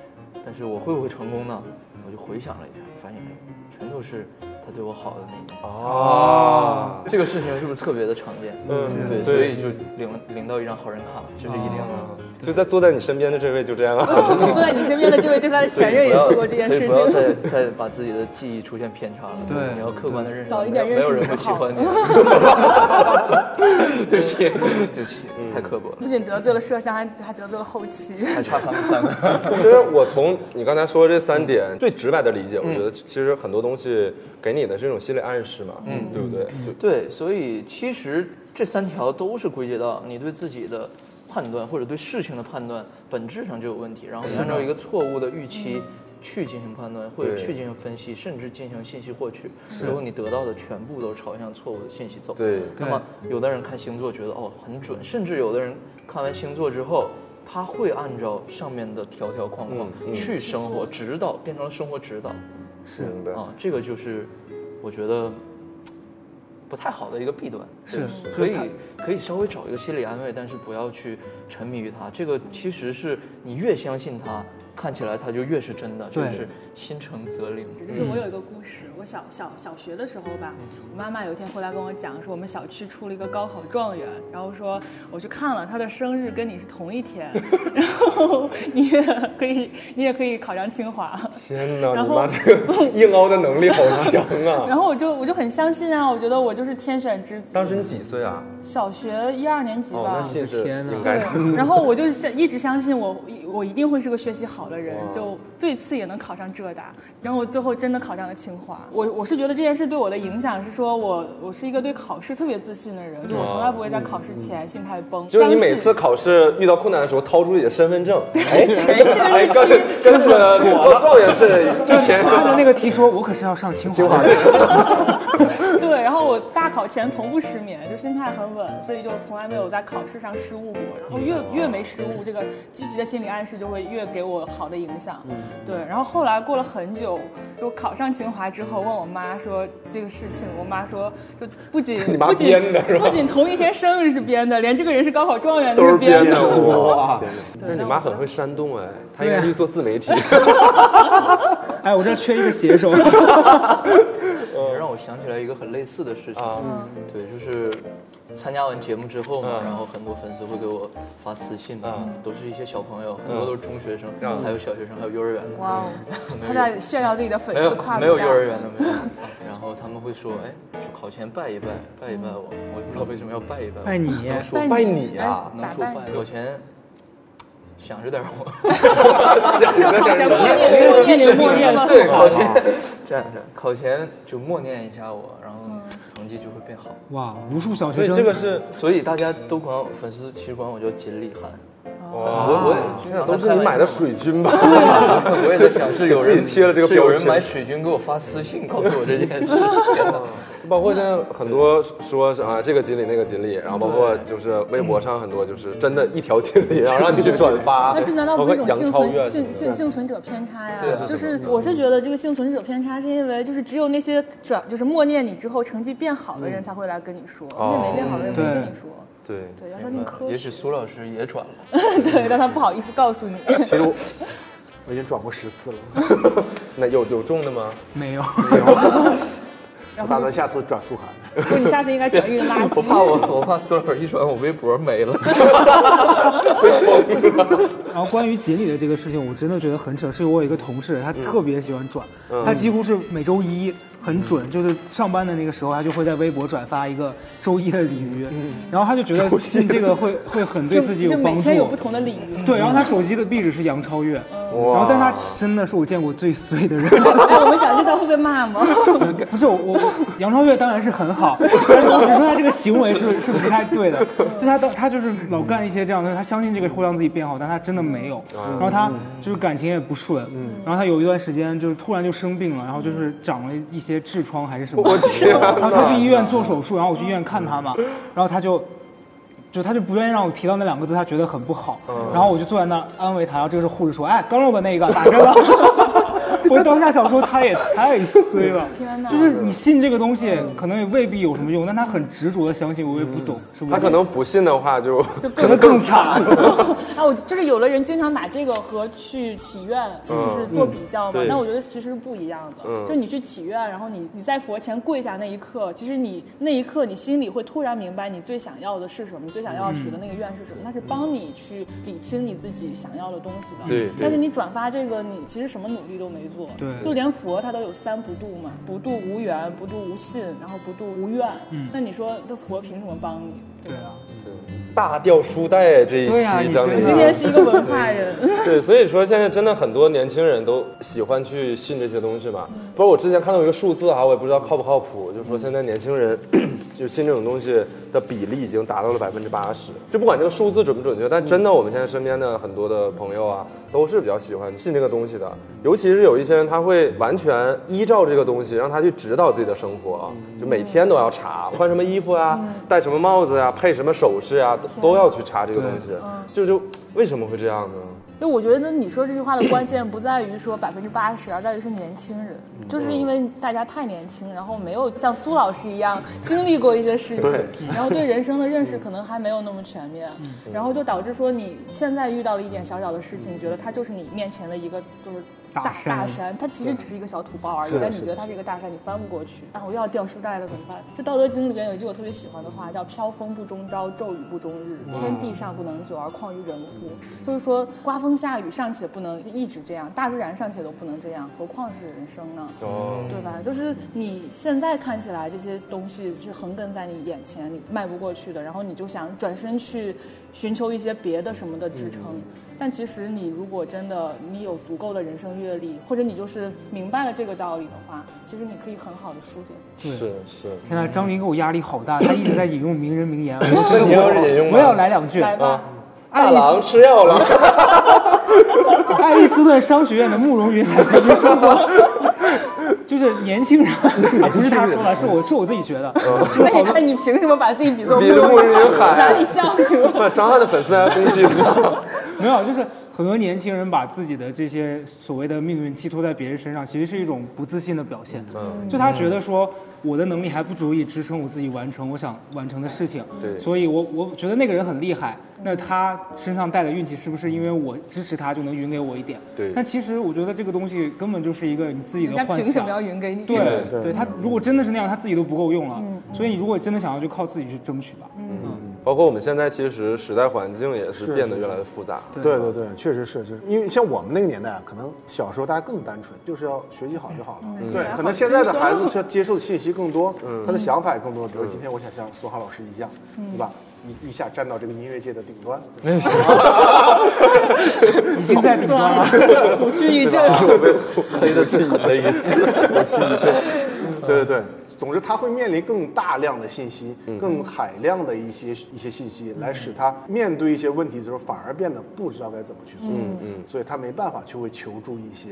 Speaker 6: 但是我会不会成功呢？我就回想了一下，发现哎全都是她对我好的那一面。
Speaker 3: 啊，
Speaker 6: 这个事情是不是特别的常见？
Speaker 3: 嗯
Speaker 6: 对，
Speaker 3: 对
Speaker 6: 所以就领了领到一张好人卡，这是一定的。
Speaker 3: 就在坐在你身边的这位就这样了。
Speaker 5: 坐在你身边的这位对他的
Speaker 6: 所以
Speaker 5: 前任也
Speaker 6: 不要
Speaker 5: 做过这件事
Speaker 6: 所以不
Speaker 5: 情。
Speaker 6: 要再再把自己的记忆出现偏差了。
Speaker 4: 对
Speaker 6: 你要客观的认识到，
Speaker 5: 早一点
Speaker 6: 没有没有
Speaker 5: 认识
Speaker 6: 人会喜
Speaker 5: 就好
Speaker 6: 欢你。 对不起，对不起，太刻薄了
Speaker 5: 不，仅得罪了摄像，还还得罪了后期。
Speaker 6: 还差他们三个。
Speaker 3: 其实我从你刚才说的这三点最直白的理解，我觉
Speaker 5: 嗯
Speaker 3: 得其实很多东西给你的是一种心理暗示嘛，嗯，对不对？就
Speaker 6: 对，所以其实这三条都是归结到你对自己的判断或者对事情的判断本质上就有问题，然后你按照一个错误的预期去进行判断，或者
Speaker 3: 对
Speaker 6: 去进行分析，甚至进行信息获取，最后你得到的全部都是朝向错误的信息走。
Speaker 3: 对
Speaker 6: 那么有的人看星座觉得哦很准，甚至有的人看完星座之后。他会按照上面的条条框框
Speaker 3: 嗯嗯
Speaker 6: 去生活，指导变成了生活指导。
Speaker 3: 是明白。
Speaker 5: 哦
Speaker 6: 啊，这个就是我觉得不太好的一个弊端。对
Speaker 4: 是
Speaker 6: 可以可以稍微找一个心理安慰，但是不要去沉迷于它。这个其实是你越相信它，看起来它就越是真的，就
Speaker 4: 对
Speaker 6: 是心诚则灵。
Speaker 5: 就是
Speaker 3: 嗯
Speaker 5: 我有一个故事，我小小小学的时候吧，我妈妈有一天回来跟我讲，说我们小区出了一个高考状元，然后说我去看了，他的生日跟你是同 一天，然后你也可以你也可以考上 清华。
Speaker 3: 天哪，
Speaker 5: 然
Speaker 3: 你
Speaker 5: 后
Speaker 3: 妈这 个硬凹的能力好强啊！
Speaker 5: 然后我就我就很相信啊，我觉得我就是天选之子。
Speaker 3: 当时你几岁啊？
Speaker 5: 小学一二年级
Speaker 3: 哦，
Speaker 5: 吧，
Speaker 3: 那信是
Speaker 4: 天哪
Speaker 3: 应该 的。
Speaker 5: 对，然后我就是相一直相信我，我一定会是个学习好的人，就最次也能考上浙大。然后我最后真的考上了清华。我我是觉得这件事对我的影响是说我我是一个对考试特别自信的人，就我从来不会在考试前心态崩。
Speaker 3: 嗯就是你
Speaker 5: 相
Speaker 3: 每
Speaker 5: 信
Speaker 3: 次考试遇到困难的时候，掏出你的身份证，哎，哎，跟
Speaker 5: 这个日期
Speaker 3: 跟着我状元是之前
Speaker 4: 看着那个题说，我可是要上清华的。
Speaker 5: 对，然后我大考前从不失眠，就心态很稳，所以就从来没有在考试上失误过。然后越越没失误，这个积极的心理暗示就会越给我好的影响。对，然后后来过了很久，就考上清华之后，问我妈说这个事情，我妈说就不仅
Speaker 3: 你妈
Speaker 5: 不仅
Speaker 3: 编的是吧
Speaker 5: 不仅同一天生日是编的，连这个人是高考状元都
Speaker 3: 都
Speaker 5: 是
Speaker 3: 是编
Speaker 5: 编
Speaker 3: 的，
Speaker 5: 的。
Speaker 3: 哇！
Speaker 5: 对啊
Speaker 3: 那你
Speaker 5: 然后
Speaker 3: 妈很会煽动哎，她应该去做自媒体。
Speaker 4: 哎，我这儿缺一个 写手。
Speaker 6: 让我想起来一个很类似的事情，
Speaker 3: 啊
Speaker 5: 嗯
Speaker 6: 对，就是参加完节目之后嘛，然后很多粉丝会给我发私信嘛，都是一些小朋友，很多都是中学生，还有小学生，还有幼儿园的。
Speaker 5: 哇哦，他在炫耀自己的粉
Speaker 6: 没
Speaker 5: 丝
Speaker 6: 有
Speaker 5: 跨
Speaker 6: 没
Speaker 5: 度
Speaker 6: 有
Speaker 5: 大
Speaker 6: 幼儿园的 没有。然后他们会说，哎，说考前拜一拜，拜一拜我，我也不知道为什么要拜一拜我。
Speaker 4: 拜你
Speaker 6: 能说
Speaker 3: 拜你啊
Speaker 5: 哎
Speaker 6: 能
Speaker 5: 咋
Speaker 6: 说
Speaker 5: 办？
Speaker 6: 拜？考前想着点我，
Speaker 5: 就考前默念默念默念默
Speaker 6: 对，
Speaker 5: 念。
Speaker 6: 考前 这样这样，考前就默念一下我，然后
Speaker 5: 嗯
Speaker 6: 成绩就会变好。
Speaker 4: 哇，无数小
Speaker 3: 所
Speaker 4: 学
Speaker 3: 以
Speaker 4: 生。
Speaker 3: 这个是
Speaker 6: 所以大家都管我粉丝，其实管我叫锦鲤涵。
Speaker 5: 啊
Speaker 3: 我
Speaker 6: 我也
Speaker 3: 天哪，都是你买的水军吧？
Speaker 6: 我也在想，是有
Speaker 3: 给
Speaker 6: 人
Speaker 3: 自己贴了这个
Speaker 6: 是有人
Speaker 3: 标签
Speaker 6: 买水军给我发私信告诉我这件事情。
Speaker 3: 包括现在
Speaker 4: 嗯
Speaker 3: 很多说是啊，这个锦鲤那个锦鲤，然后包括就是微博上很多就是真的一条锦
Speaker 4: 嗯
Speaker 3: 鲤，然后让你去 转发。
Speaker 5: 那这难道不是一种
Speaker 3: 包括
Speaker 5: 幸
Speaker 3: 杨超越什么
Speaker 5: 存幸
Speaker 3: 的
Speaker 5: 幸幸存者偏差呀
Speaker 3: 对？
Speaker 5: 就是我是觉得这个幸存者偏差是因为就是只有那些转就是默念你之后成绩变好的人才会来跟你说，那些没变好的人没跟你说。
Speaker 3: 对，
Speaker 5: 对，要相信科
Speaker 6: 嗯也
Speaker 5: 学。
Speaker 6: 许苏老师也转了。
Speaker 5: 对，但他不好意思告诉你。
Speaker 7: 其实我 我已经转过十次了。
Speaker 3: 那有有中的吗？
Speaker 4: 没有。
Speaker 5: 然
Speaker 7: 打
Speaker 5: 后
Speaker 7: 算下次转苏杭。
Speaker 5: 不，你下次应该转运垃圾。
Speaker 6: 我怕我 我怕索尔一转我微博没 了。
Speaker 4: 然后关于锦鲤的这个事情，我真的觉得很扯，是我有一个同事，他
Speaker 3: 嗯
Speaker 4: 特别喜欢转，他几乎是每周一很准，就是上班的那个时候，他就会在微博转发一个周一的鲤鱼，
Speaker 3: 嗯
Speaker 4: 然后他就觉得信这个会会很对
Speaker 5: 就
Speaker 4: 自己有
Speaker 5: 就每
Speaker 4: 帮助啊
Speaker 5: 天。有不同的鲤鱼。
Speaker 4: 对，然后他手机的壁纸是杨超越，
Speaker 3: 哇
Speaker 4: 然后但他真的是我见过最碎的人。
Speaker 5: 哎，我们讲这段会被骂吗？
Speaker 4: 不是我，我杨超越当然是很好，但是我只说他这个行为是是不太对的。就他当他就是老干一些这样的，他相信这个会让自己变好，但他真的没有。然后他就是感情也不顺，然后他有一段时间就是突然就生病了，然后就是长了一些痔疮还是什么，然后他去医院做手术，然后我去医院看他嘛，
Speaker 3: 嗯
Speaker 4: 然后他就。就他就不愿意让我提到那两个字，他觉得很不好。
Speaker 3: 嗯
Speaker 4: 然后我就坐在那儿安慰他，然后这个是护士说：“哎，刚用的那个打针了。” 我当下想说他也太衰了，
Speaker 5: 天哪
Speaker 4: 就是你信这个东西可能也未必有什么用，但他很执着的相信，我也不懂，是不是？
Speaker 3: 嗯他可能不信的话就
Speaker 5: 就
Speaker 4: 可能更差。
Speaker 5: 啊，我就是有的人经常把这个和去祈愿就是做比较嘛，
Speaker 6: 嗯对嗯
Speaker 5: 那我觉得其实是不一样的。就你去祈愿，然后你你在佛前跪下那一刻，其实你那一刻你心里会突然明白你最想要的是什么，你最想要
Speaker 6: 嗯
Speaker 5: 许的那个愿是什么，它是帮你去理清你自己想要的东西的。
Speaker 6: 对对
Speaker 5: 但是你转发这个，你其实什么努力都没做。
Speaker 4: 对
Speaker 5: 就连佛他都有三不度嘛，不度无缘，不度无信，然后不度无怨。
Speaker 6: 嗯
Speaker 5: 那你说这佛凭什么帮你？
Speaker 4: 对啊，
Speaker 3: 大掉书袋这一
Speaker 4: 对呀你
Speaker 3: 期张
Speaker 4: 觉得
Speaker 3: 琳啊
Speaker 5: 今天是一个文化人。
Speaker 3: 对，所以说现在真的很多年轻人都喜欢去信这些东西嘛。不是我之前看到有一个数字啊，我也不知道靠不靠谱，就是说现在年轻人 就信这种东西的比例已经达到了百分之八十。就不管这个数字准不准确，但真的我们现在身边的很多的朋友啊，都是比较喜欢信这个东西的。尤其是有一些人，他会完全依照这个东西，让他去指导自己的生活啊，就每天都要查穿什么衣服啊，戴什么帽子啊，配什么首饰啊，都都要去查这个东西。就就为什么会这样呢？
Speaker 5: 就我觉得你说这句话的关键不在于说百分之八十，而在于是年轻人，就是因为大家太年轻，然后没有像苏老师一样经历过一些事情，然后对人生的认识可能还没有那么全面，
Speaker 4: 嗯
Speaker 5: 然后就导致说你现在遇到了一点小小的事情，觉得它就是你面前的一个就是。
Speaker 4: 大
Speaker 5: 大
Speaker 4: 山
Speaker 5: 山，它其实只是一个小土包而已，但你觉得嗯它是一个大山，你翻不过去啊！我又要掉书袋了，怎么办？就《道德经》里面有一句我特别喜欢的话，叫“飘风不终朝，骤雨不终日，天地尚不能久，而况于人乎？”就是说，刮风下雨尚且不能一直这样，大自然尚且都不能这样，何况是人生呢？
Speaker 3: 哦，
Speaker 5: 对吧？就是你现在看起来这些东西是横亘在你眼前，你迈不过去的，然后你就想转身去寻求一些别的什么的支
Speaker 3: 嗯
Speaker 5: 撑。但其实你如果真的你有足够的人生阅历，或者你就是明白了这个道理的话，其实你可以很好的疏解自己。
Speaker 3: 是是，
Speaker 4: 天呐，张琳给我压力好大，她一直在引用名人名言，我真的
Speaker 3: 你要是引用吗
Speaker 4: 我也要来两句。
Speaker 5: 来
Speaker 3: 啊
Speaker 5: 吧，
Speaker 4: 爱
Speaker 3: 大
Speaker 4: 丽
Speaker 3: 郎吃药了，
Speaker 4: 爱丽斯顿商学院的慕容云海曾经说过， 就是 年轻人，啊不是他说的，是我是我自己觉得，
Speaker 3: 嗯
Speaker 5: 那你看你凭什么把自己比作
Speaker 3: 比着
Speaker 5: 慕
Speaker 3: 慕
Speaker 5: 容
Speaker 3: 容 云海
Speaker 5: 哪里像这个？
Speaker 3: 把张翰的粉 丝还攻击他。
Speaker 4: 没有，就是很多年轻人把自己的这些所谓的命运寄托在别人身上，其实是一种不自信的表现。
Speaker 3: 嗯
Speaker 4: 就他觉得说我的能力还不足以支撑我自己完成我想完成的事情，
Speaker 3: 对
Speaker 4: 所以我我觉得那个人很厉害，那他身上带的运气是不是因为我支持他就能匀给我一点？
Speaker 3: 对
Speaker 4: 但其实我觉得这个东西根本就是一个你自己
Speaker 5: 人
Speaker 4: 的
Speaker 5: 家
Speaker 4: 幻
Speaker 5: 凭什
Speaker 4: 想
Speaker 5: 么。要匀给你？
Speaker 4: 对对，
Speaker 3: 嗯
Speaker 4: 他如果真的是那样，他自己都不够用了。
Speaker 5: 嗯
Speaker 4: 所以你如果真的想要，就靠自己去争取吧。
Speaker 3: 包括我们现在其实时代环境也是变得越来越复杂。
Speaker 7: 对对对，确实是，就是因为像我们那个年代，可能小时候大家更单纯，就是要嗯学习好就好了。嗯对，可能现在的孩子他接受的信息更多，他的想法也更多。比如今天我想像苏杭老师一样，对吧？一一下站到这个音乐界的顶端，
Speaker 4: 已经在顶
Speaker 5: 说
Speaker 4: 端
Speaker 5: 完
Speaker 4: 了。
Speaker 5: 了，虎躯一震。
Speaker 3: 我被黑的最狠的一次，我气一辈。
Speaker 7: 对对对，总之他会面临更大量的信息，
Speaker 3: 嗯
Speaker 7: 更海量的一些一些信息，来使他面对一些问题的时候，反而变得不知道该怎么去做。嗯嗯，所以他没办法去会求助一些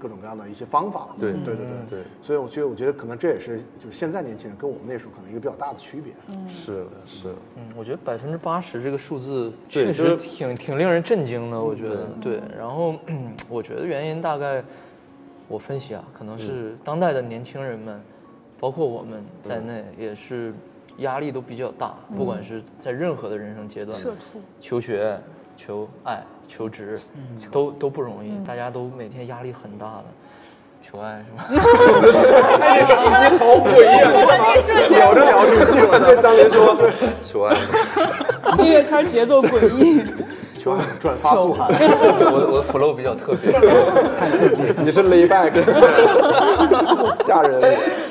Speaker 7: 各种各样的一些方法。
Speaker 3: 对嗯
Speaker 7: 对对对
Speaker 3: 对
Speaker 7: 所以我觉得，我觉得可能这也是就是现在年轻人跟我们那时候可能一个比较大的区别。
Speaker 3: 是是，
Speaker 6: 嗯，我觉得百分之八十这个数字
Speaker 3: 对
Speaker 6: 确
Speaker 3: 就是嗯
Speaker 6: 实挺挺令人震惊的，我觉得对。然后 我觉得原因大概我分析啊，可能是
Speaker 3: 嗯
Speaker 6: 当代的年轻人们，包括我们在内，也是压力都比较大，不管是在任何的人生阶段，
Speaker 5: 社
Speaker 3: 啊
Speaker 5: 畜
Speaker 6: 求学、
Speaker 3: 嗯
Speaker 6: 求爱、求职，都都不容易，大家都每天压力很大的。求爱是吧？
Speaker 3: 好诡异啊！聊着聊着，结果这张琳说
Speaker 6: 求爱，
Speaker 5: 音乐圈节奏诡异，
Speaker 7: 求转发速涵。
Speaker 6: 我我 flow 比较特别。
Speaker 3: 你 是 layback，吓人了。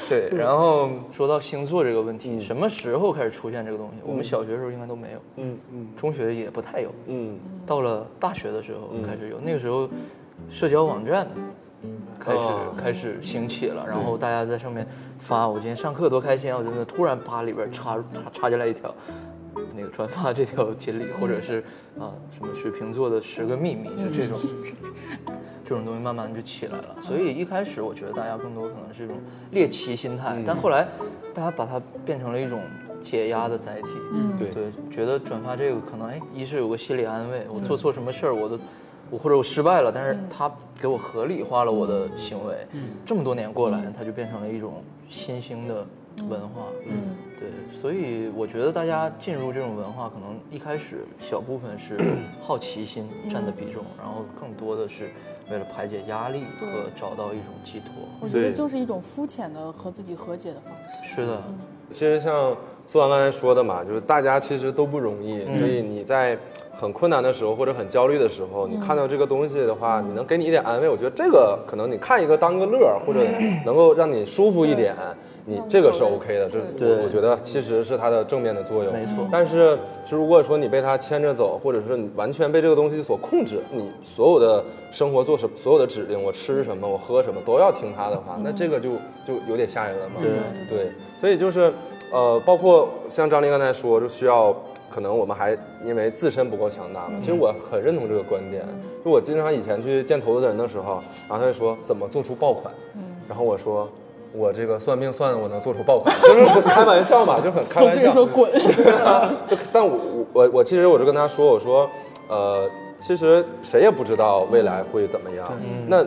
Speaker 6: 对，嗯然后说到星座这个问题，什么时候开始出现这个东西？我们小学的时候应该都没有，嗯嗯，中学也不太有，
Speaker 3: 嗯，
Speaker 6: 到了大学的时候开始有，那个时候社交网站开始
Speaker 3: 哦
Speaker 6: 开始兴起了，然后大家在上面发我今天上课多开心啊！我真的突然啪里边插插插进来一条。那个转发这条锦鲤，或者是
Speaker 3: 嗯
Speaker 6: 啊什么水瓶座的十个秘密，就这种，这种东西慢慢就起来了。
Speaker 3: 嗯
Speaker 6: 所以一开始我觉得大家更多可能是一种猎奇心
Speaker 3: 嗯
Speaker 6: 态，但后来大家把它变成了一种解压的载体。嗯，
Speaker 3: 对
Speaker 6: 对，觉得转发这个可能，哎，一是有个心理安慰，我
Speaker 3: 嗯
Speaker 6: 做错什么事儿，我的。我或者我失败了，但是他给我合理化了我的行为。这么多年过来，它就变成了一种新兴的文化。嗯，对，所以我觉得大家进入这种文化，可能一开始小部分是 好奇心占的比重，然后更多的是为了排解压力和找到一种寄托。
Speaker 5: 我觉得
Speaker 3: 对
Speaker 5: 就是一种肤浅的和自己和解的方式。
Speaker 6: 是的，
Speaker 3: 其实像苏阳刚才说的嘛，就是大家其实都不容易，所以你在很困难的时候或者很焦虑的时候，你看到这个东西的话，你能给你一点安慰，我觉得这个可能你看一个当个乐儿，或者能够让你舒服一点，你这个是 OK 的。这
Speaker 6: 对
Speaker 3: 我我觉得其实是它的正面的作用。
Speaker 6: 没错
Speaker 3: 但是就如果说你被它牵着走，或者是你完全被这个东西所控制，你所有的生活做什所有的指令，我吃什么，我喝什么都要听它的话，那这个
Speaker 5: 嗯
Speaker 3: 就就有点吓人了嘛。
Speaker 6: 对
Speaker 3: 对，所以就是，呃，包括像张琳刚才说，就需要可能我们还因为自身不够强大嘛。其实
Speaker 5: 嗯
Speaker 3: 我很认同这个观点，就我经常以前去见投资人的时候，然后他就说怎么做出爆款，
Speaker 5: 嗯
Speaker 3: 然后我说。我这个算命算的，我能做出爆款， 就是很开玩笑嘛，就很开
Speaker 5: 我
Speaker 3: 玩
Speaker 5: 自己
Speaker 3: 笑。
Speaker 5: 说滚，
Speaker 3: 就 但我我我其实我就跟他说，我说，呃，其实谁也不知道未来会怎么样。那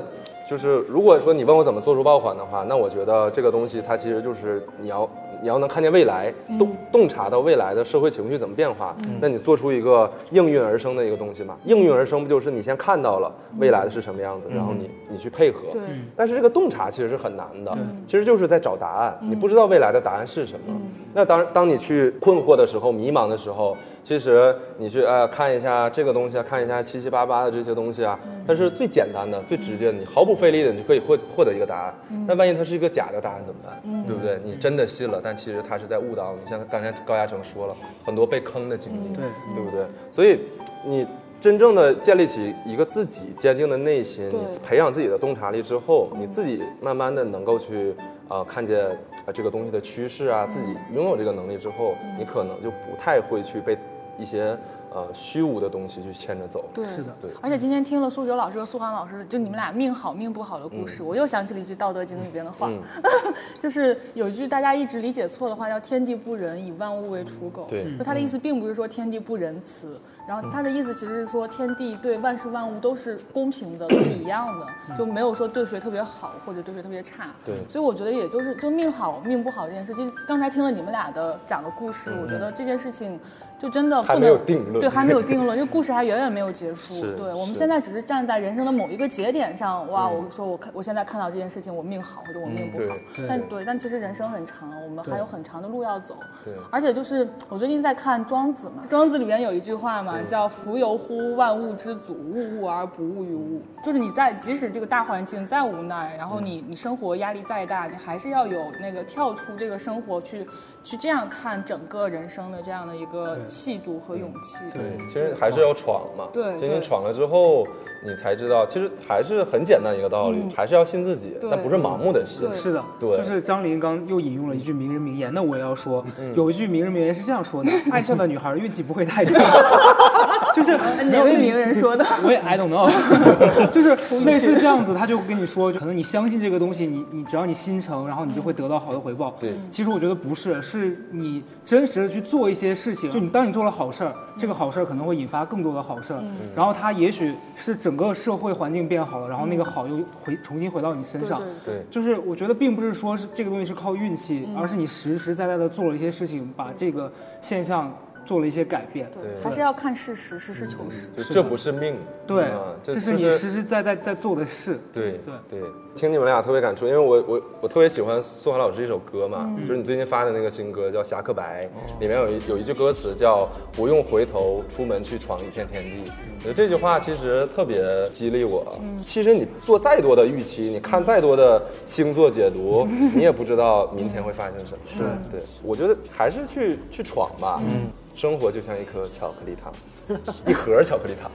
Speaker 3: 就是如果说你问我怎么做出爆款的话，那我觉得这个东西它其实就是你要你要能看见未来，洞洞察到未来的社会情绪怎么变化，那你做出一个应运而生的一个东西嘛。应运而生不就是你先看到了未来的是什么样子，然后你你去配合。
Speaker 5: 对
Speaker 3: 但是这个洞察其实是很难的，其实就是在找答案，你不知道未来的答案是什么。那当当你去困惑的时候、迷茫的时候，其实你去呃看一下这个东西啊，看一下七七八八的这些东西啊，它是最简单的、最直接的，你毫不费力的，你就可以获获得一个答案。那万一它是一个假的答案怎么办？对不对？你真的信了，但其实它是在误导你。像刚才高亚成说了，很多被坑的经历，
Speaker 4: 对
Speaker 3: 对不对？所以你真正的建立起一个自己坚定的内心，
Speaker 5: 对
Speaker 3: 你培养自己的洞察力之后，你自己慢慢的能够去呃看见呃这个东西的趋势啊，自己拥有这个能力之后，
Speaker 4: 嗯
Speaker 3: 你可能就不太会去被一些呃虚无的东西去牵着走。
Speaker 5: 对，
Speaker 4: 是的
Speaker 3: 对
Speaker 5: 而且今天听了苏哲老师和苏杭老师，就你们俩命好命不好的故
Speaker 3: 嗯
Speaker 5: 事，我又想起了一句《道德经》里边的话， 就是有一句大家一直理解错的话，叫“天地不仁，以万物为刍狗”。
Speaker 3: 对嗯
Speaker 5: 就他的意思并不是说天地不仁慈，然后他的意思其实是说天地对万事万物都是公平的，都是一样的，就没有说对谁特别好或者对谁特别差。
Speaker 3: 对
Speaker 5: 所以我觉得也就是就命好命不好这件事，就是刚才听了你们俩的讲的故事，我觉得这件事情就真的不
Speaker 3: 嗯还
Speaker 5: 能
Speaker 3: 没有定论
Speaker 5: 对，还没有定论，这故事还远远没有结束。
Speaker 3: 是
Speaker 5: 对我们
Speaker 3: 是
Speaker 5: 现在只是站在人生的某一个节点上，哇，我说我看我现在看到这件事情，我命好或者我
Speaker 3: 嗯
Speaker 5: 命不好，
Speaker 4: 对
Speaker 5: 但对，但其实人生很长，我们还有很长的路要走。
Speaker 3: 对
Speaker 5: 而且就是我最近在看《庄子》嘛，《庄子》里面有一句话嘛，叫“夫有乎万物之祖，物物而不物于物”，就是你在即使这个大环境再无奈，然后
Speaker 3: 嗯
Speaker 5: 你你生活压力再大，你还是要有那个跳出这个生活去去这样看整个人生的这样的一个气度和勇气。
Speaker 3: 对，其实还是要闯嘛。
Speaker 5: 对
Speaker 3: 其实
Speaker 5: 对
Speaker 3: 你闯了之后，你才知道，其实还是很简单一个道
Speaker 4: 嗯
Speaker 3: 理，还是要信自己，
Speaker 5: 对
Speaker 3: 但不是盲目的信。
Speaker 5: 对
Speaker 4: 是的，
Speaker 3: 对
Speaker 4: 就是张琳刚又引用了一句名人名言，那我也要说，
Speaker 3: 嗯
Speaker 4: 有一句名人名言是这 样说的：“爱笑的女孩运气不会太差。”就是
Speaker 5: 哪位名 人说的？
Speaker 4: 我也 I don't know，就是 类似这样子，他就跟你说，就可能你相信这个东西，你你只要你心诚，然后你就会得到好的回报。
Speaker 3: 对
Speaker 4: 其实我觉得不是，是你真实的去做一些事
Speaker 3: 嗯
Speaker 4: 情，就你当你做了好事儿，这个好事儿可能会引发更多的好事儿，
Speaker 3: 嗯
Speaker 4: 然后它也许是整个社会环境变好了，然后那个好又回重新回到你身
Speaker 5: 对
Speaker 4: 上。
Speaker 5: 对
Speaker 3: 对
Speaker 4: 就是我觉得并不是说
Speaker 5: 嗯
Speaker 4: 是这个东西是靠运气，而是你实实在在的做了一些事情，把这个现象做了一些改变。
Speaker 3: 对
Speaker 5: 还是要看事实，实事求是。
Speaker 3: 就这不是命，
Speaker 4: 对
Speaker 3: 啊，这这
Speaker 4: 这是你实实在在在做的事。
Speaker 3: 对
Speaker 4: 对
Speaker 3: 嗯对，听你们俩特别感触，因为我我我特别喜欢宋涵老师一首歌嘛，就是你最近发的那个新歌叫《侠客白》，里面有一有一句歌词叫“不用回头，出门去闯一片天地”。我觉得这句话其实特别激励我。其实你做再多的预期，你看再多的星座解 读，你也不知道明天会发生什么。是对，我觉得还是去去闯吧。嗯，生活就像一颗巧克力糖，一盒巧克力糖。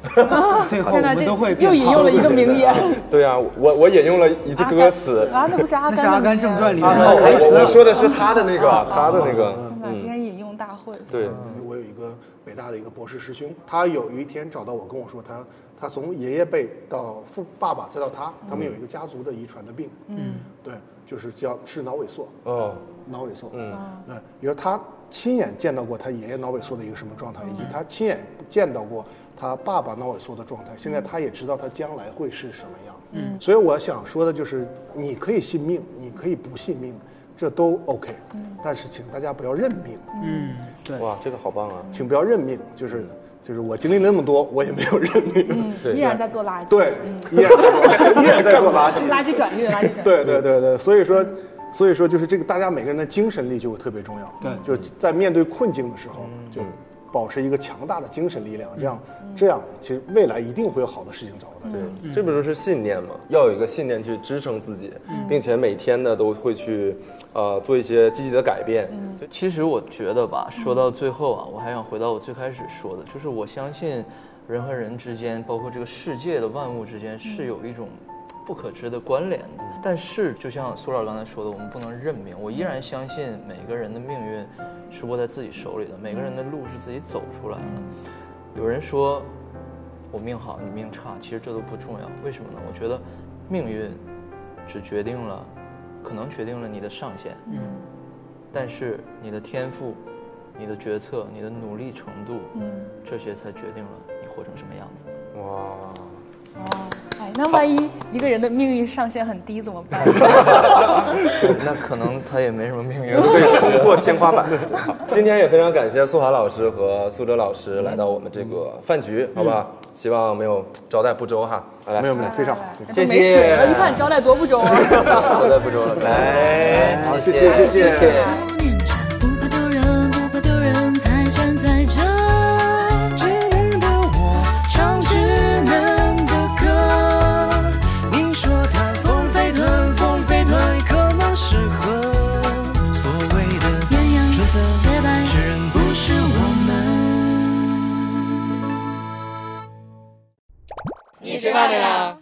Speaker 4: 最嗯后我
Speaker 5: 呐，
Speaker 4: 们
Speaker 5: 哦这
Speaker 4: 都会
Speaker 5: 又
Speaker 4: 变
Speaker 5: 引
Speaker 4: 胖
Speaker 5: 用了一个名言，
Speaker 3: 对啊，我我引用了一句歌词。
Speaker 5: 啊，那不是《阿
Speaker 4: 那是《阿
Speaker 5: 甘
Speaker 4: 甘
Speaker 5: 的
Speaker 4: 正
Speaker 5: 名
Speaker 4: 传》
Speaker 5: 言。
Speaker 4: 里
Speaker 3: 啊
Speaker 4: 面
Speaker 3: 我
Speaker 4: 的台
Speaker 3: 我我
Speaker 4: 词。
Speaker 3: 说的是他的那个，他的那个，
Speaker 5: 天哪，
Speaker 4: 嗯
Speaker 5: 竟然引用大会！
Speaker 3: 对，
Speaker 7: 我有一个北大的一个博士师兄，他有一天找到我跟我说他，他从爷爷辈到父爸爸再到他，他们有一个家族的遗传的病，嗯，对，就是叫是脑萎缩，
Speaker 3: 哦，
Speaker 7: 脑萎缩，
Speaker 3: 嗯，
Speaker 7: 对，也就是他亲眼见到过他爷爷脑萎缩的一个什么状态，以及他亲眼见到过他爸爸脑萎缩的状态，现在他也知道他将来会是什么样，嗯，所以我想说的就是，你可以信命，你可以不信命。这都 OK，但是请大家不要认命。
Speaker 4: 嗯，对。
Speaker 3: 哇，这个好棒啊！
Speaker 7: 请不要认命，就是就是我经历那么多，我也没有认命，
Speaker 5: 依然在做垃圾，
Speaker 7: 对，依然在做依然在做垃圾，
Speaker 5: 垃圾转运，垃圾转运。
Speaker 7: 对对对对，所以说所以说就是这个大家每个人的精神力就特别重要，
Speaker 4: 对
Speaker 7: 就在面对困境的时候就保持一个强大的精神力量，这样这样其实未来一定会有好的事情找到大家。
Speaker 3: 对，这不就是信念吗？要有一个信念去支撑自己，并且每天呢都会去，呃，做一些积极的改变。
Speaker 6: 就其实我觉得吧，说到最后啊，我还想回到我最开始说的，就是我相信人和人之间，包括这个世界的万物之间，是有一种不可知的关联的。但是，就像苏老刚才说的，我们不能认命。我依然相信每个人的命运是握在自己手里的，每个人的路是自己走出来的。有人说我命好，你命差，其实这都不重要。为什么呢？我觉得命运只决定了，可能决定了你的上限。但是你的天赋、你的决策、你的努力程度，
Speaker 3: 嗯
Speaker 6: 这些才决定了你活成什么样 子。
Speaker 3: 哇，
Speaker 5: 哎，那万一一个人的命运上限很低怎么 办？
Speaker 6: 那可能他也没什么命 运。
Speaker 3: 对，冲破天花板。今天也非常感谢苏涵老师和苏哲老师来到我们这个饭局，好吧？希望没有招待不周哈。来
Speaker 7: 没有没有，非常
Speaker 5: 都没水了，一看你招待多不周啊！
Speaker 6: 我在不周了，来，
Speaker 3: 好谢谢谢谢
Speaker 6: 谢谢。
Speaker 8: 不念旧，不怕丢人，不怕丢人，才站在这。只能的我唱只能的歌。你说它风飞腾，风飞腾，可能适合所谓的鸳鸯洁白，是人不是我们。
Speaker 9: 你吃饭没啦？